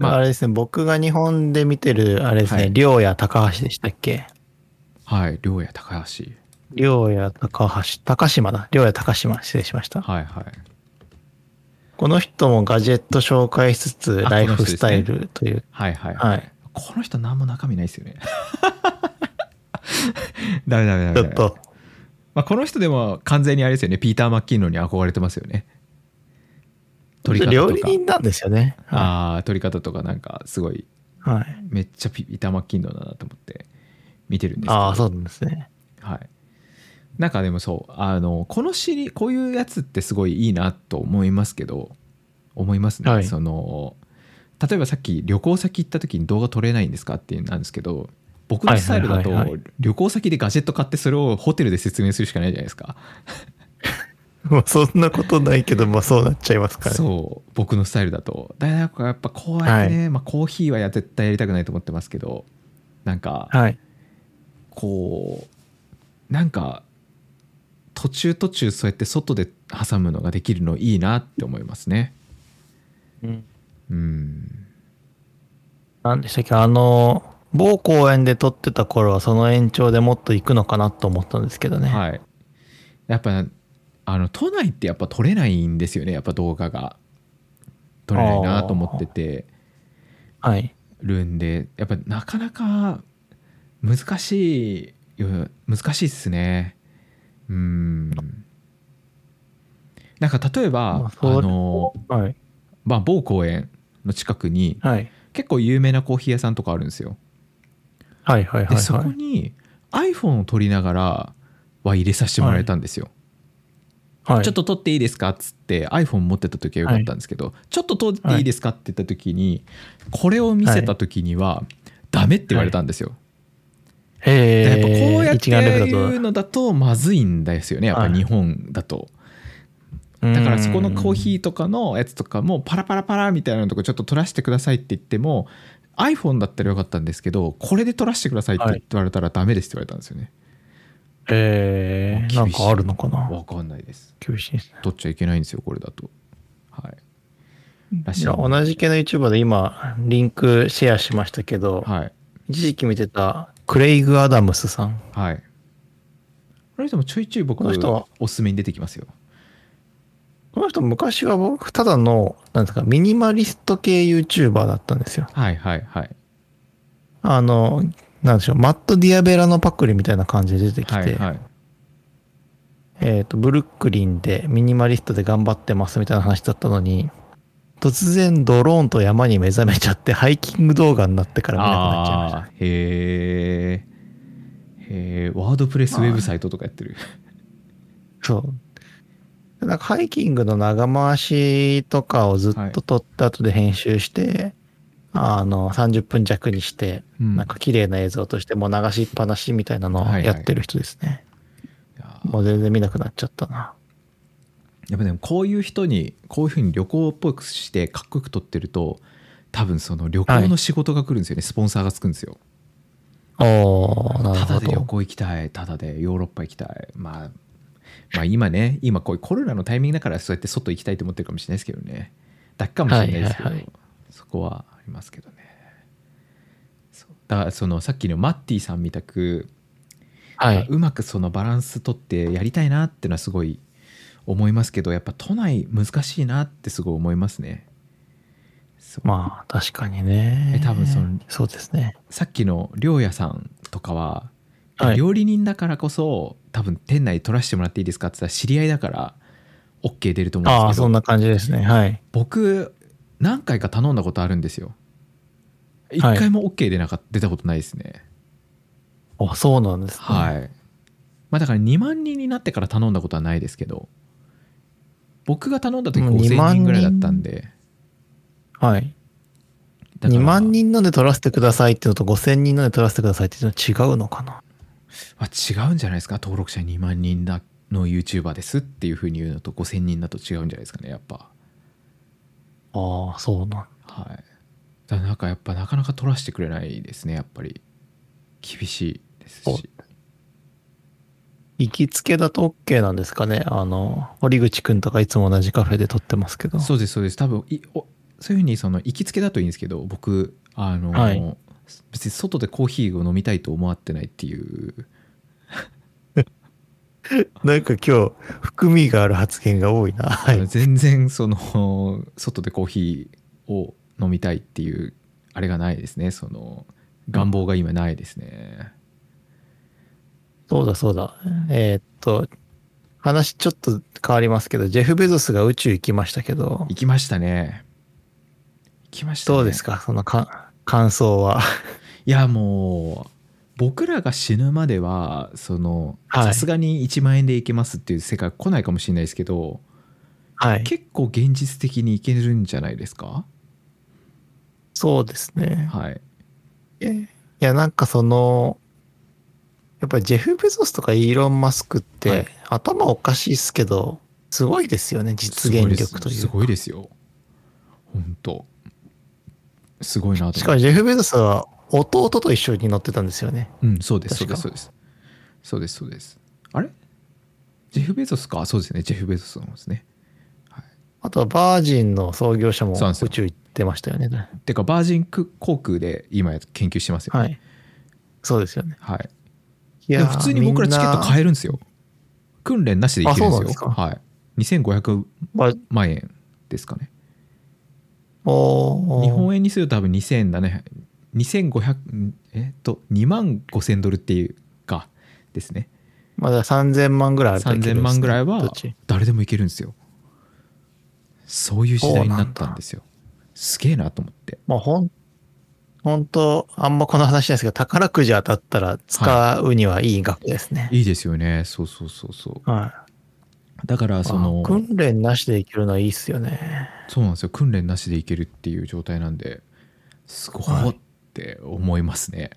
[SPEAKER 2] ま
[SPEAKER 1] ま
[SPEAKER 2] あ、
[SPEAKER 1] あ
[SPEAKER 2] あれですね、僕が日本で見てる、あれです
[SPEAKER 1] は
[SPEAKER 2] ね、
[SPEAKER 1] い
[SPEAKER 2] りょうや高橋でしたっけ
[SPEAKER 1] はい亮や高橋
[SPEAKER 2] りょうや高橋、高島だ。りょうや高島、失礼しました。
[SPEAKER 1] はいはい
[SPEAKER 2] この人もガジェット紹介しつつ、
[SPEAKER 1] あ
[SPEAKER 2] ライフスタイルという。
[SPEAKER 1] はいはい
[SPEAKER 2] はい。
[SPEAKER 1] この人何も中身ないですよね ダメダメダメ
[SPEAKER 2] ち
[SPEAKER 1] ダ
[SPEAKER 2] ょ
[SPEAKER 1] メ
[SPEAKER 2] っと、
[SPEAKER 1] まあ、この人でも完全にあれですよねピーター・マッキーノに憧れてますよね取り方
[SPEAKER 2] 料
[SPEAKER 1] と
[SPEAKER 2] 理
[SPEAKER 1] か
[SPEAKER 2] 人なんですよね。は
[SPEAKER 1] ああ取り方とかなんかすごい
[SPEAKER 2] い。はい、
[SPEAKER 1] めっちゃピーター・マッキーノだなと思って見てるんですけど
[SPEAKER 2] ああ、そうなんですね。
[SPEAKER 1] はい、なんかでもそうあのこのシリこういうやつってすごいいいなと思いますけど思いますね、
[SPEAKER 2] はい
[SPEAKER 1] その例えばさっき旅行先行った時に動画撮れないんですかっていうのなんですけど僕のスタイルだと
[SPEAKER 2] はいはいはい
[SPEAKER 1] 旅行先でガジェット買ってそれをホテルで説明するしかないじゃないですか、
[SPEAKER 2] まあ、そんなことないけど、まあ、そうなっちゃいますからね。
[SPEAKER 1] そう僕のスタイルだとだからやっぱこうやってね、まあ、コーヒーはや絶対やりたくないと思ってますけどなんか
[SPEAKER 2] はい。
[SPEAKER 1] こうなんか途中途中そうやって外で挟むのができるのいいなって思いますねうん
[SPEAKER 2] なんでしたっけ、あの、某公園で撮ってた頃は、その延長でもっと行くのかなと思ったんですけどね。
[SPEAKER 1] はいやっぱあの都内ってやっぱ撮れないんですよねやっぱ動画が撮れないなと思ってて
[SPEAKER 2] はい。
[SPEAKER 1] るんでやっぱなかなか難しいよ難しいっすねうんなんか例えば、
[SPEAKER 2] まあ
[SPEAKER 1] あ
[SPEAKER 2] そう
[SPEAKER 1] の、
[SPEAKER 2] はい。
[SPEAKER 1] まあ、某公園の近くに
[SPEAKER 2] はい。
[SPEAKER 1] 結構有名なコーヒー屋さんとかあるんですよ
[SPEAKER 2] はいはいはい、
[SPEAKER 1] でそこ
[SPEAKER 2] はい。
[SPEAKER 1] に iPhone を撮りながらは入れさせてもらえたんですよ、
[SPEAKER 2] はい、
[SPEAKER 1] ちょっと撮っていいですかっつって iPhone 持ってた時はよかったんですけど、ちょっと撮っていいですかって言った時にこれを見せた時にはダメって言われたんですよ、
[SPEAKER 2] へ
[SPEAKER 1] でやっぱこ
[SPEAKER 2] え
[SPEAKER 1] うやって
[SPEAKER 2] 一眼レフだと
[SPEAKER 1] いうのだとまずいんですよねやっぱ日本だと、だからそこのコーヒーとかのやつとかもパラパラパラみたいなのとかちょっと取らせてくださいって言っても iPhone だったらよかったんですけどこれで取らせてくださいって言われたらダメですって言われたんですよね、
[SPEAKER 2] ーへえなんかあるのかな
[SPEAKER 1] わかんないです
[SPEAKER 2] 厳しいですね
[SPEAKER 1] 取っちゃいけないんですよこれだとはいらしい
[SPEAKER 2] いや同じ系の YouTuber で今リンクシェアしましたけど、
[SPEAKER 1] はい
[SPEAKER 2] 一時期見てたクレイグ・アダムスさん
[SPEAKER 1] はいこの人もちょいちょい僕
[SPEAKER 2] この人は
[SPEAKER 1] おすすめに出てきますよ
[SPEAKER 2] この人昔は僕ただのなんですかミニマリスト系 YouTuber だったんですよ
[SPEAKER 1] はいはいはい
[SPEAKER 2] あのなんでしょうマット・ディアベラのパクリみたいな感じで出てきて、
[SPEAKER 1] はいはい
[SPEAKER 2] えー、とブルックリンでミニマリストで頑張ってますみたいな話だったのに突然ドローンと山に目覚めちゃってハイキング動画になってから見なくなっちゃいました
[SPEAKER 1] ああーへえへえワードプレスウェブサイトとかやってる
[SPEAKER 2] そうなんかハイキングの長回しとかをずっと撮った後で編集して、あの30分弱にして、
[SPEAKER 1] うん
[SPEAKER 2] なんか綺麗な映像としてもう流しっぱなしみたいなのを
[SPEAKER 1] はいはい
[SPEAKER 2] やってる人ですね、
[SPEAKER 1] いやー
[SPEAKER 2] もう全然見なくなっちゃったな
[SPEAKER 1] やっぱでもこういう人にこういうふうに旅行っぽくしてかっこよく撮ってると多分その旅行の仕事が来るんですよね、スポンサーがつくんですよ
[SPEAKER 2] おーなる
[SPEAKER 1] た
[SPEAKER 2] ほ
[SPEAKER 1] だで旅
[SPEAKER 2] ど
[SPEAKER 1] 行行きたいただでヨーロッパ行きたい、まあ、まあ今ね今こういうコロナのタイミングだからそうやって外行きたいと思ってるかもしれないですけどねだけかもしれないですけど、
[SPEAKER 2] はいはいはい
[SPEAKER 1] そこはありますけどねそうだからそのさっきのマッティさんみたく、
[SPEAKER 2] は
[SPEAKER 1] まあ
[SPEAKER 2] いう
[SPEAKER 1] まくそのバランス取ってやりたいなってのはすごい思いますけどやっぱ都内難しいなってすごい思いますね。そう
[SPEAKER 2] まあ確かにね
[SPEAKER 1] え多分その
[SPEAKER 2] そうですね
[SPEAKER 1] さっきの涼也さんとかは、
[SPEAKER 2] はい
[SPEAKER 1] 料理人だからこそ多分店内取らせてもらっていいですかって言ったら知り合いだから OK 出ると思うん
[SPEAKER 2] あ
[SPEAKER 1] で
[SPEAKER 2] あ
[SPEAKER 1] す
[SPEAKER 2] そ
[SPEAKER 1] け
[SPEAKER 2] ん
[SPEAKER 1] ど
[SPEAKER 2] な感じですねはい
[SPEAKER 1] 僕何回か頼んだことあるんですよ。一
[SPEAKER 2] はい
[SPEAKER 1] 回も OK 出なかっ出たことないですね。
[SPEAKER 2] あそうなんですね、
[SPEAKER 1] はい。まあだから2万人になってから頼んだことはないですけど僕が頼んだ時
[SPEAKER 2] もう2
[SPEAKER 1] 5000
[SPEAKER 2] 万
[SPEAKER 1] 人
[SPEAKER 2] 人
[SPEAKER 1] ぐらいだったんで
[SPEAKER 2] はい。
[SPEAKER 1] だから
[SPEAKER 2] 2万人ので取らせてくださいってのと5000人ので取らせてくださいっていうのは違うのかな
[SPEAKER 1] まあ違うんじゃないですか登録者2万人だの YouTuber ですっていうふうに言うのと5000人だと違うんじゃないですかねやっぱ
[SPEAKER 2] ああ、そうなん。
[SPEAKER 1] はいだからなんかやっぱなかなか取らせてくれないですねやっぱり厳しいです
[SPEAKER 2] そう
[SPEAKER 1] し
[SPEAKER 2] 行きつけだと OK なんですかねあの、堀口くんとかいつも同じカフェで撮ってますけど。
[SPEAKER 1] そうですそうです多分いおそういうふうにその行きつけだといいんですけど僕あの、
[SPEAKER 2] はい
[SPEAKER 1] 別に外でコーヒーを飲みたいと思わってないっていう
[SPEAKER 2] なんか今日、含みがある発言が多いな。は
[SPEAKER 1] あの
[SPEAKER 2] い。
[SPEAKER 1] 全然その外でコーヒーを飲みたいっていうあれがないですねその願望が今ないですね、
[SPEAKER 2] そうだそうだ。えーっと、話ちょっと変わりますけど、ジェフ・ベゾスが宇宙行きましたけど、
[SPEAKER 1] 行きましたね行きましたね
[SPEAKER 2] どうですかそのか感想は。
[SPEAKER 1] いやもう僕らが死ぬまではその
[SPEAKER 2] はい
[SPEAKER 1] さすがに1万円で行けますっていう世界来ないかもしれないですけど
[SPEAKER 2] はい。
[SPEAKER 1] 結構現実的に行けるんじゃないですか
[SPEAKER 2] そうですね。
[SPEAKER 1] はい
[SPEAKER 2] いや、なんかその、やっぱりジェフ・ベゾスとかイーロン・マスクって、
[SPEAKER 1] はい
[SPEAKER 2] 頭おかしいっすけど、すごいですよね、実現力とい
[SPEAKER 1] す
[SPEAKER 2] うか
[SPEAKER 1] ごいですすごいですよ本当すごいなと思って
[SPEAKER 2] しかもジェフ・ベゾスは弟と一緒に乗ってたんですよね。
[SPEAKER 1] うん、そうです、そう
[SPEAKER 2] 確
[SPEAKER 1] で
[SPEAKER 2] か
[SPEAKER 1] す、そうです。そうです、そうです。あれジェフ・ベゾスかそうですね、ジェフ・ベゾスの方ですね。
[SPEAKER 2] あとはバージンの創業者も
[SPEAKER 1] そうなんですよ
[SPEAKER 2] 宇宙行ってましたよね。
[SPEAKER 1] てか、バージンク航空で今や研究してますよ。。
[SPEAKER 2] はいい。そうですよね。
[SPEAKER 1] はい、
[SPEAKER 2] い
[SPEAKER 1] い
[SPEAKER 2] やー
[SPEAKER 1] や普通に僕らチケット買えるんですよ。訓練なしで行けるんですよ。
[SPEAKER 2] あそう
[SPEAKER 1] はい。2500
[SPEAKER 2] みんなま
[SPEAKER 1] 万円ですかね。
[SPEAKER 2] あおー
[SPEAKER 1] 日本円にすると多分2700、2500、えっと、2万5000ドルっていうか、ですね。
[SPEAKER 2] まだ3000万ぐらいあるといける
[SPEAKER 1] 3000
[SPEAKER 2] んですね
[SPEAKER 1] 万ぐらいは
[SPEAKER 2] どっち
[SPEAKER 1] 誰でもいけるんですよそういう時代になったんですよすげえなと思って
[SPEAKER 2] まあ、ほん、本当あんまこの話ですけど、宝くじ当たったら使うにはいい額ですね。
[SPEAKER 1] いいですよねそうそうそうそう
[SPEAKER 2] は
[SPEAKER 1] だから
[SPEAKER 2] い。
[SPEAKER 1] その
[SPEAKER 2] あ訓練なしでいけるのはいいっすよね。
[SPEAKER 1] そうなんですよ訓練なしでいけるっていう状態なんですご
[SPEAKER 2] はい
[SPEAKER 1] いって思いますね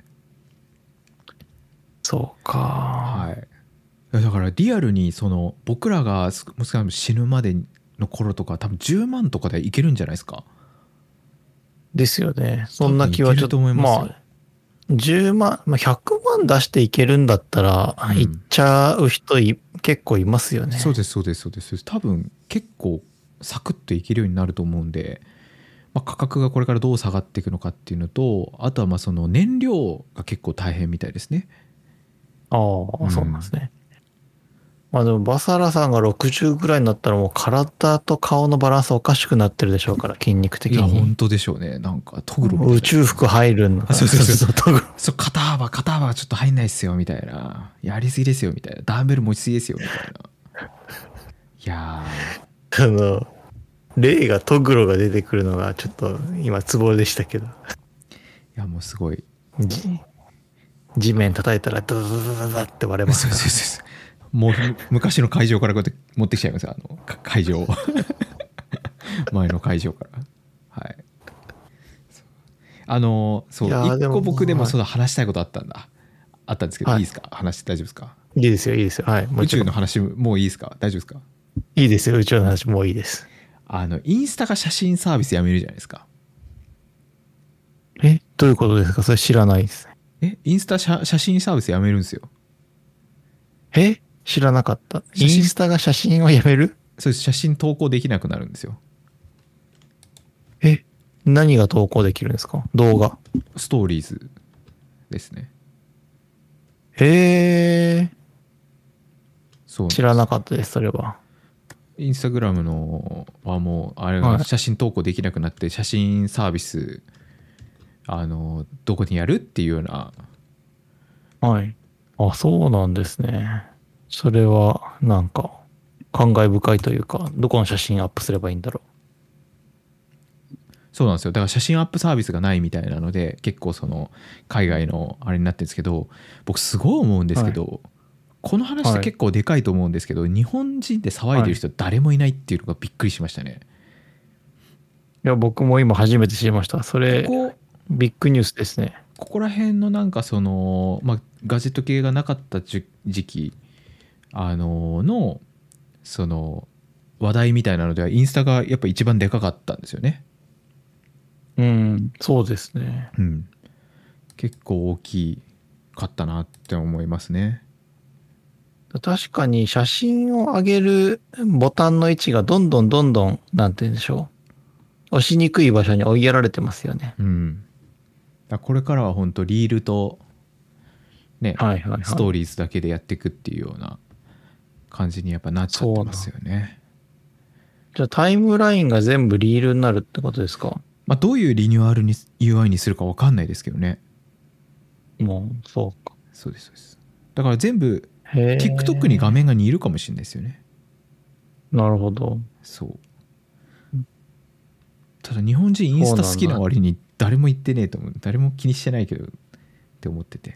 [SPEAKER 2] そうか。
[SPEAKER 1] はい、だからリアルにその僕らがすもしかも死ぬまでの頃とか多分10万とかでいけるんじゃないですか
[SPEAKER 2] ですよね。そんな気はちょっと、
[SPEAKER 1] 多分いけると思いますよ
[SPEAKER 2] あ、10万、まあ、100万出していけるんだったら、
[SPEAKER 1] うん
[SPEAKER 2] 行っちゃう人い結構いますよね。
[SPEAKER 1] そうですそうですそうです多分結構サクッといけるようになると思うんで、まあ、価格がこれからどう下がっていくのかっていうのとあとはまあその燃料が結構大変みたいですね
[SPEAKER 2] あ
[SPEAKER 1] う
[SPEAKER 2] あ、
[SPEAKER 1] ん
[SPEAKER 2] そうなんですね。まあでも、バサラさんが60ぐらいになったらもう体と顔のバランスおかしくなってるでしょうから、筋肉的
[SPEAKER 1] いや
[SPEAKER 2] に
[SPEAKER 1] 本。当でしょうねなんかトグロみたいな
[SPEAKER 2] 宇宙服入るんだ。
[SPEAKER 1] あそうそうそう
[SPEAKER 2] トグロ
[SPEAKER 1] そう肩幅肩幅ちょっと入んないっすよみたいなやりすぎですよみたいなダンベル持ちすぎですよみたいないや
[SPEAKER 2] あの、霊がトグロが出てくるのがちょっと今、ツボでしたけど。
[SPEAKER 1] ーいやもうすごい
[SPEAKER 2] じ地面叩いたらダダダダダダって割れます
[SPEAKER 1] そう
[SPEAKER 2] か
[SPEAKER 1] そう
[SPEAKER 2] ら。
[SPEAKER 1] そうそうもうむ昔の会場からこうやって持ってきちゃいますあのか会場を 前の会場からはいそうあのそう
[SPEAKER 2] いやーで
[SPEAKER 1] 一
[SPEAKER 2] も
[SPEAKER 1] 個僕でも
[SPEAKER 2] はい
[SPEAKER 1] その話したいことあったんだあったんですけど、、
[SPEAKER 2] はいい
[SPEAKER 1] いですか話して大丈夫ですか
[SPEAKER 2] いいですよ、いいですよ。はい。も
[SPEAKER 1] 宇
[SPEAKER 2] ち
[SPEAKER 1] 宙
[SPEAKER 2] ろん。
[SPEAKER 1] の話もういいですか大丈夫ですか
[SPEAKER 2] いいですよ、宇宙の話もういいです。
[SPEAKER 1] あのインスタが写真サービスやめるじゃないですか
[SPEAKER 2] え、どういうことですかそれ知らないです
[SPEAKER 1] え
[SPEAKER 2] ね。
[SPEAKER 1] インスタ写写真サービスやめるんですよ
[SPEAKER 2] え知らなかった。イ
[SPEAKER 1] 写真
[SPEAKER 2] ンスタが写真をやめる
[SPEAKER 1] そうです写真投稿できなくなるんですよ
[SPEAKER 2] え何が投稿できるんですか動画。
[SPEAKER 1] ストーリーズですね
[SPEAKER 2] へえ、
[SPEAKER 1] そう
[SPEAKER 2] 知らなかったです、それは。
[SPEAKER 1] インスタグラムのはもうあれ
[SPEAKER 2] はい
[SPEAKER 1] が写真投稿できなくなって写真サービスあのどこにやるっていうような
[SPEAKER 2] はい。あ、そうなんですね。それは、なんか、感慨深いというか、どこの写真アップすればいいんだろ
[SPEAKER 1] そうなんですよだから写真アップサービスがないみたいなので結構その海外のあれになってるんですけど僕すごい思うんですけど、この話って結構でかいと思うんですけど、日本人で騒いでる人誰もいないっていうのがびっくりしましたね。
[SPEAKER 2] いや、僕も今初めて知りました。それ、
[SPEAKER 1] ここ
[SPEAKER 2] ビッグニュースですね。
[SPEAKER 1] ここら辺のなんかその、まあ、ガジェット系がなかった時時期あののその話題みたいなのではインスタがやっぱ一番でかかったんですよね。
[SPEAKER 2] うん、そうですね。
[SPEAKER 1] うん、結構大きかったなって思いますね。
[SPEAKER 2] 確かに写真を上げるボタンの位置がどんどんどんどん、なんて言うんでしょう。押しにくい場所に追いやられてますよね。
[SPEAKER 1] うん、だからこれからは本当リールと、ね
[SPEAKER 2] はいはいはい。
[SPEAKER 1] ストーリーズだけでやっていくっていうような感じにやっぱなっちゃってますよね。
[SPEAKER 2] じゃあタイムラインが全部リールになるってことですか
[SPEAKER 1] まあ、どういうリニューアルに UI にするか分かんないですけどね。
[SPEAKER 2] もう、そうか。
[SPEAKER 1] そうですそうですだから全部
[SPEAKER 2] へえ。
[SPEAKER 1] TikTok に画面が似るかもしれないですよね。
[SPEAKER 2] なるほど。
[SPEAKER 1] そう
[SPEAKER 2] うん。
[SPEAKER 1] ただ日本人インスタ好きな割に誰も言ってねえと思う。誰も気にしてないけどって思ってて。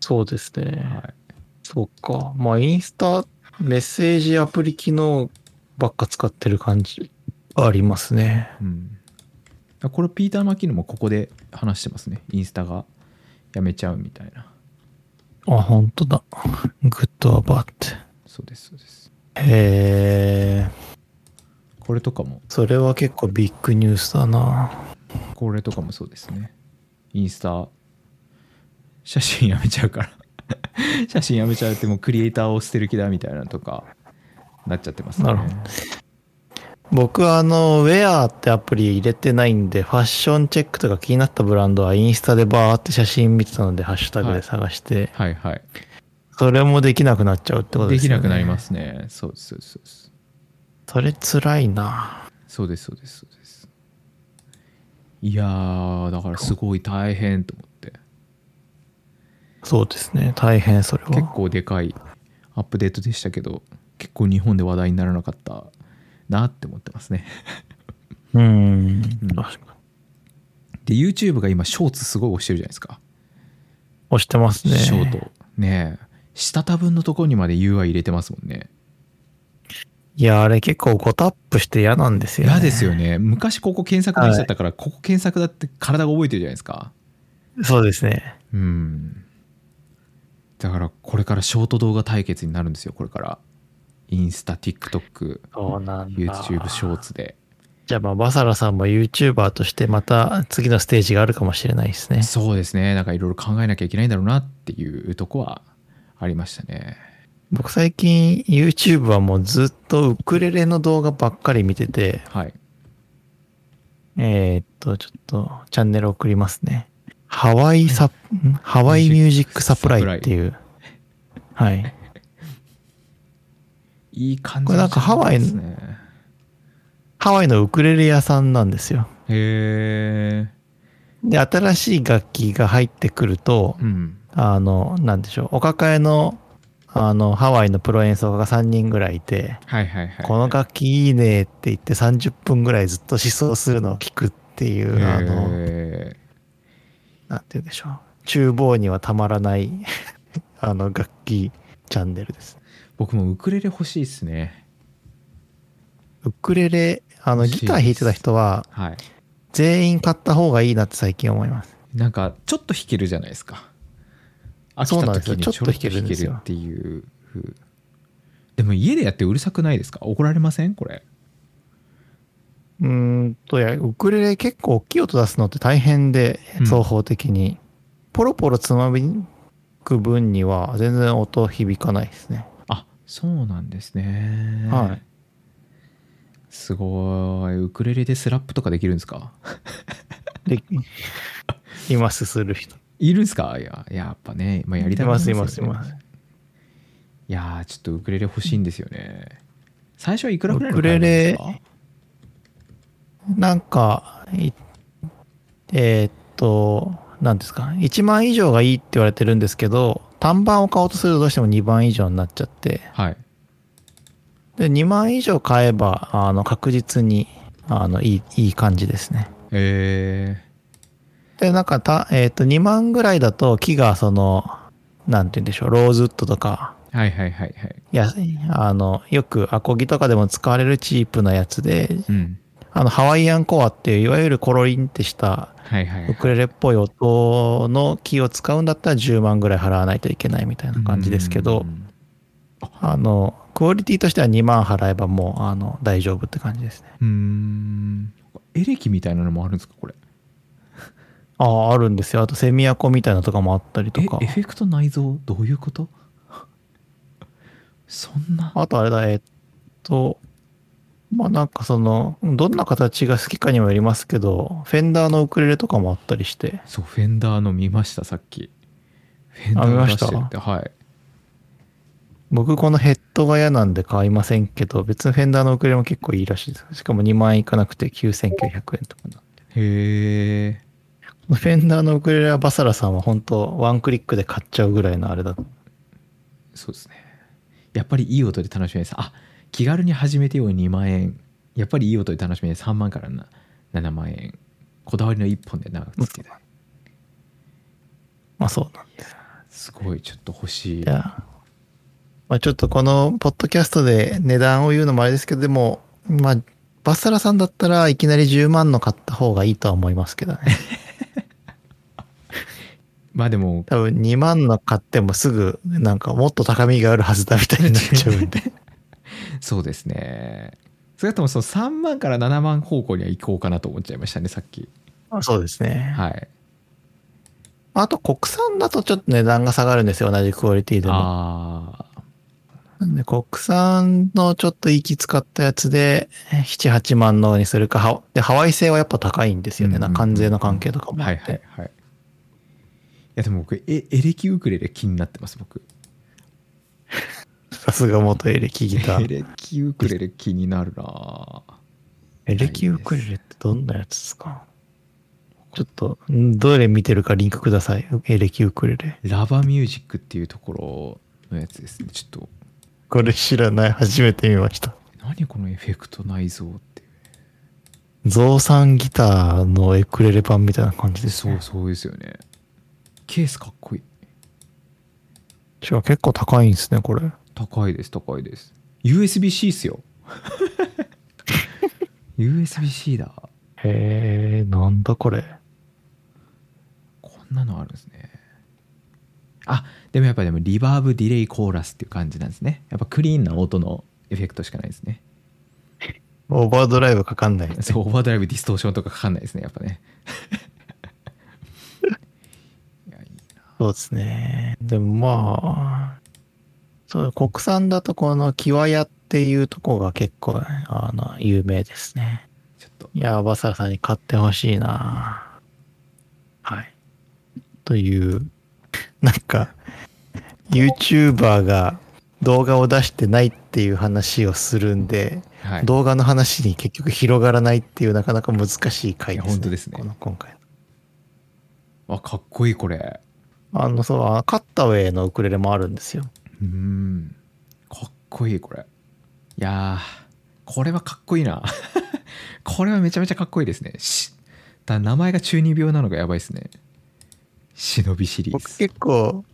[SPEAKER 2] そうですね。
[SPEAKER 1] はい。
[SPEAKER 2] そうか。まあ、インスタ、メッセージアプリ機能ばっか使ってる感じありますね。
[SPEAKER 1] うん。あこれピーター・マキノもここで話してますね。インスタがやめちゃうみたいな。
[SPEAKER 2] あ、本当だ。グッドアバーって。
[SPEAKER 1] そうですそうです。
[SPEAKER 2] へえ。
[SPEAKER 1] これとかも、
[SPEAKER 2] それは結構ビッグニュースだな。
[SPEAKER 1] これとかもそうですね。インスタ、写真やめちゃうから。 写真やめちゃうってもうクリエイターを捨てる気だみたいなのとかなっちゃってますね。
[SPEAKER 2] なるほど僕はあの、ウェアってアプリ入れてないんで、ファッションチェックとか気になったブランドはインスタでバーって写真見てたので、ハッシュタグで探して、
[SPEAKER 1] はいはい。
[SPEAKER 2] それもできなくなっちゃうってこと
[SPEAKER 1] で
[SPEAKER 2] です
[SPEAKER 1] き
[SPEAKER 2] よね。。
[SPEAKER 1] なくなりますすね。そうですそうですそうです。
[SPEAKER 2] それ辛いな。
[SPEAKER 1] そうですそうですそうですいやーだからすごい大変と思って
[SPEAKER 2] そうですね。大変、それは。
[SPEAKER 1] 結構でかいアップデートでしたけど結構日本で話題にならなかったなって思ってますね
[SPEAKER 2] うん
[SPEAKER 1] うん。
[SPEAKER 2] 確かに。
[SPEAKER 1] で YouTube が今ショーツすごい押してるじゃないですか、
[SPEAKER 2] 押してますね。
[SPEAKER 1] ショートねえ下多分のところにまで UI 入れてますもんね
[SPEAKER 2] いや、あれ結構5タップして嫌なんですよ、ね。
[SPEAKER 1] 嫌ですよね昔ここ検索できちゃったから、ここ検索だって体が覚えてるじゃないですか
[SPEAKER 2] そうですね。
[SPEAKER 1] うんだからこれからショート動画対決になるんですよこれからインスタ TikTokYouTube
[SPEAKER 2] そうなんだ。
[SPEAKER 1] ショーツで
[SPEAKER 2] じゃあ、まあ、バサラさんも YouTuber としてまた次のステージがあるかもしれないですね。
[SPEAKER 1] そうですねなんかいろいろ考えなきゃいけないんだろうなっていうとこはありましたね
[SPEAKER 2] 僕最近 YouTube はもうずっとウクレレの動画ばっかり見てて、
[SPEAKER 1] はい
[SPEAKER 2] えーっと、ちょっとチャンネル送りますね。ハワイサ、んハワイミュージックサプライっていう。はい。
[SPEAKER 1] いい感じ
[SPEAKER 2] これなんかハワイの
[SPEAKER 1] ですね
[SPEAKER 2] ハワイのウクレレ屋さんなんですよ。
[SPEAKER 1] へえ
[SPEAKER 2] で、新しい楽器が入ってくると、
[SPEAKER 1] うん
[SPEAKER 2] あの、なんでしょう、お抱えの、あの、ハワイのプロ演奏家が3人ぐらいいて、
[SPEAKER 1] はいはいはい
[SPEAKER 2] この楽器いいねって言って30分ぐらいずっと思想するのを聞くっていう、あの、
[SPEAKER 1] へ
[SPEAKER 2] なんて言うんでしょう、厨房にはたまらない、 あの、楽器チャンネルです。
[SPEAKER 1] ー僕もウクレレ欲しいですね
[SPEAKER 2] ウクレレ、あの、
[SPEAKER 1] 欲しい
[SPEAKER 2] ギター弾いてた人は、
[SPEAKER 1] はい
[SPEAKER 2] 全員買った方がいいなって最近思います。
[SPEAKER 1] なんかちょっと弾けるじゃないですか飽
[SPEAKER 2] そう
[SPEAKER 1] き
[SPEAKER 2] なん
[SPEAKER 1] た
[SPEAKER 2] です
[SPEAKER 1] 時
[SPEAKER 2] よ
[SPEAKER 1] にちょっと弾けるっていうでも家でやってうるさくないですか怒られませんこれ
[SPEAKER 2] うーんと、いや、ウクレレ結構大きい音出すのって大変で
[SPEAKER 1] うん、
[SPEAKER 2] 奏法的に。ポロポロつまみく分には全然音響かないですね。
[SPEAKER 1] あそうなんですね
[SPEAKER 2] はい
[SPEAKER 1] すごいウクレレでスラップとかできるんですか
[SPEAKER 2] で、今すする人。
[SPEAKER 1] いるんですかいややっぱね、まあ、やりたくなりますよね
[SPEAKER 2] いますいますいます
[SPEAKER 1] いやーちょっとウクレレ欲しいんですよね最初はいくらぐらいの
[SPEAKER 2] ウクレレ
[SPEAKER 1] 買えるんですか
[SPEAKER 2] なんか、いえーっと、なんですか、1万以上がいいって言われてるんですけど、単番を買おうとするとどうしても2番以上になっちゃって、
[SPEAKER 1] はい
[SPEAKER 2] で、2万以上買えば、あの、確実に、あの、いい、いい感じですね。
[SPEAKER 1] え
[SPEAKER 2] で、なんかた、えっ、と、2万ぐらいだと木がその、なんて言うんでしょう、ローズウッドとか、
[SPEAKER 1] はいはいはいはい
[SPEAKER 2] いや、あの、よくアコギとかでも使われるチープなやつで、
[SPEAKER 1] うん
[SPEAKER 2] あの、ハワイアンコアっていう、いわゆるコロリンってした、
[SPEAKER 1] はいはいはい
[SPEAKER 2] ウクレレっぽい音のキーを使うんだったら10万ぐらい払わないといけないみたいな感じですけど、
[SPEAKER 1] うん
[SPEAKER 2] あの、クオリティとしては2万払えばもう、あの、大丈夫って感じですね。
[SPEAKER 1] うーんエレキみたいなのもあるんですかこれ
[SPEAKER 2] ああ、あるんですよ。あと、セミアコみたいなとかもあったりと
[SPEAKER 1] え
[SPEAKER 2] か
[SPEAKER 1] エ。フェクト内蔵どういうこと そんな
[SPEAKER 2] あと、あれだ、えっと、まあなんかその、どんな形が好きかにもよりますけど、フェンダーのウクレレとかもあったりして、
[SPEAKER 1] そうフェンダーの見ましたさっきフェンダ
[SPEAKER 2] あ見
[SPEAKER 1] ー
[SPEAKER 2] ま
[SPEAKER 1] 出
[SPEAKER 2] した
[SPEAKER 1] してるってはい
[SPEAKER 2] 僕このヘッドが嫌なんで買いませんけど、別にフェンダーのウクレレも結構いいらしいです。しかも2万円いかなくて9900円とかな。
[SPEAKER 1] へえ
[SPEAKER 2] フェンダーのウクレレはバサラさんは本当ワンクリックで買っちゃうぐらいのあれだ。
[SPEAKER 1] そうですねやっぱりいい音で楽しめですあ気軽に始めてよ2万円やっぱりいい音で楽しめです3万からな7万円こだわりの1本で長くつけて
[SPEAKER 2] まあそうなんです。
[SPEAKER 1] すごいちょっと欲しい
[SPEAKER 2] いや、まあ、ちょっとこのポッドキャストで値段を言うのもあれですけど、でも、まあ、バッサラさんだったらいきなり10万の買った方がいいとは思いますけ どね。
[SPEAKER 1] まあでも
[SPEAKER 2] 多分2万の買ってもすぐなんかもっと高みがあるはずだみたいになっちゃう んで。
[SPEAKER 1] そうですねそれともその3万から7万方向には行こうかなと思っちゃいましたねさっき
[SPEAKER 2] そうですね。
[SPEAKER 1] はい
[SPEAKER 2] あと国産だとちょっと値段が下がるんですよ。同じクオリティでも。
[SPEAKER 1] ああ
[SPEAKER 2] なんで国産のちょっと息使ったやつで7、8万のにするか。ハワで、ハワイ製はやっぱ高いんですよね。
[SPEAKER 1] うんうんうん
[SPEAKER 2] な関税の関係とかもあ
[SPEAKER 1] はい
[SPEAKER 2] って。
[SPEAKER 1] はいはいいやでも僕エエレキウクレレ気になってます僕
[SPEAKER 2] さすが元エレキギタ
[SPEAKER 1] エ
[SPEAKER 2] ー。
[SPEAKER 1] レキウクレレ気になるな
[SPEAKER 2] エレキウクレレってどんなやつですかちょっと、んどれ見てるかリンクください。エレキウクレレ。
[SPEAKER 1] ラバミュージックっていうところのやつですねちょっと
[SPEAKER 2] これ知らない。初めて見ました。
[SPEAKER 1] 何このエフェクト内蔵って
[SPEAKER 2] 増産ギターのエクレレ版みたいな感じです、
[SPEAKER 1] そ
[SPEAKER 2] ね。
[SPEAKER 1] うそうですよねケースかっこいい
[SPEAKER 2] しかも結構高いんですね、これ。
[SPEAKER 1] 高いです高いです USB-C っすよ USB-C だ
[SPEAKER 2] へえ、なんだこれ。
[SPEAKER 1] こんなのあるんですねあでもやっぱでもリバーブディレイコーラスっていう感じなんですねやっぱクリーンな音のエフェクトしかないですね
[SPEAKER 2] オーバードライブかかんない。
[SPEAKER 1] そう、オーバードライブ、ディストーションとかかかんないですね、やっぱね。いやいい
[SPEAKER 2] そうですね。でもまあ、そう、国産だとこのキワヤっていうとこが結構、あの、有名ですね。
[SPEAKER 1] ちょっと、
[SPEAKER 2] いや、バサラさんに買ってほしいなはい。という、なんか、YouTuber が動画を出してないっていう話をするんで、
[SPEAKER 1] はい。
[SPEAKER 2] 動画の話に結局広がらないっていうなかなか難しい回
[SPEAKER 1] いや
[SPEAKER 2] ですね。
[SPEAKER 1] 本当ですね
[SPEAKER 2] この今回。
[SPEAKER 1] あ、かっこいい、これ。
[SPEAKER 2] あの、そう、あのカッタウェイのウクレレもあるんですよ。
[SPEAKER 1] うーん。かっこいい、これ。いやー、これはかっこいいな。 これはめちゃめちゃかっこいいですね。し、だ名前が中二病なのがやばいですね。忍びシリ
[SPEAKER 2] 僕
[SPEAKER 1] ーズ。
[SPEAKER 2] 結構、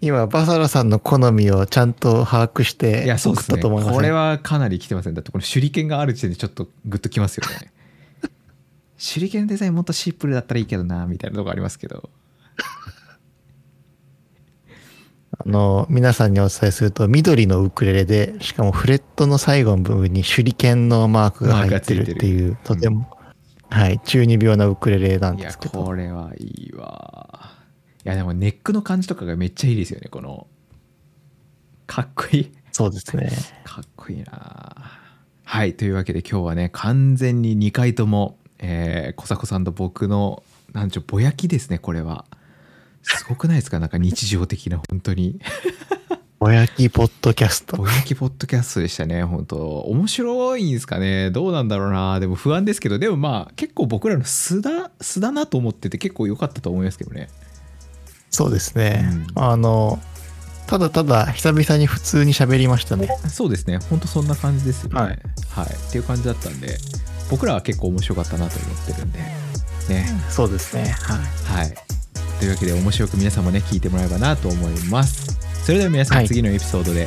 [SPEAKER 2] 今、バサラさんの好みをちゃんと把握して
[SPEAKER 1] いや、そう
[SPEAKER 2] 送
[SPEAKER 1] で
[SPEAKER 2] っ
[SPEAKER 1] す
[SPEAKER 2] た
[SPEAKER 1] ね。
[SPEAKER 2] と思います、
[SPEAKER 1] これはかなり来てません。だってこの手裏剣がある時点でちょっとグッときますよね。手裏剣デザインもっとシンプルだったらいいけどな、みたいなとこありますけど。
[SPEAKER 2] あの、皆さんにお伝えすると、緑のウクレレで、しかもフレットの最後の部分に手裏剣のマークが入ってるっていう、とても、はい、中二病なウクレレなん
[SPEAKER 1] い
[SPEAKER 2] で
[SPEAKER 1] や
[SPEAKER 2] すけど
[SPEAKER 1] こ、れはいいわいやでもネックの感じとかがめっちゃいいですよねこのかっこいい
[SPEAKER 2] そうですね。
[SPEAKER 1] かっこいいなはいというわけで今日はね完全に2回ともえー、コサコさんと僕のなんちょぼやきですねこれはすごくないですかなんか日常的な本当に
[SPEAKER 2] ぼやきポッドキャスト。
[SPEAKER 1] ぼやきポッドキャストでしたね本当面白いんですかねどうなんだろうなでも不安ですけどでもまあ結構僕らの素だ素だなと思ってて結構良かったと思いますけどね
[SPEAKER 2] そうですね。
[SPEAKER 1] うん
[SPEAKER 2] あの、ただただ久々に普通に喋りましたね。
[SPEAKER 1] そうですね、本当そんな感じですよね。は
[SPEAKER 2] はいい、
[SPEAKER 1] っていう感じだったんで、僕らは結構面白かったなと思ってるんで、ね、
[SPEAKER 2] そうですね。はい。
[SPEAKER 1] はい。というわけで面白く皆さんもね聞いてもらえばなと思いますそれでは皆さ
[SPEAKER 2] は
[SPEAKER 1] ん
[SPEAKER 2] い
[SPEAKER 1] 次のエピソードで、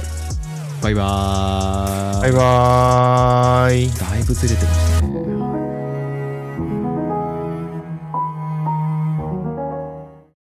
[SPEAKER 1] バイバーイ
[SPEAKER 2] バイバーイ。
[SPEAKER 1] だいぶずれてましたね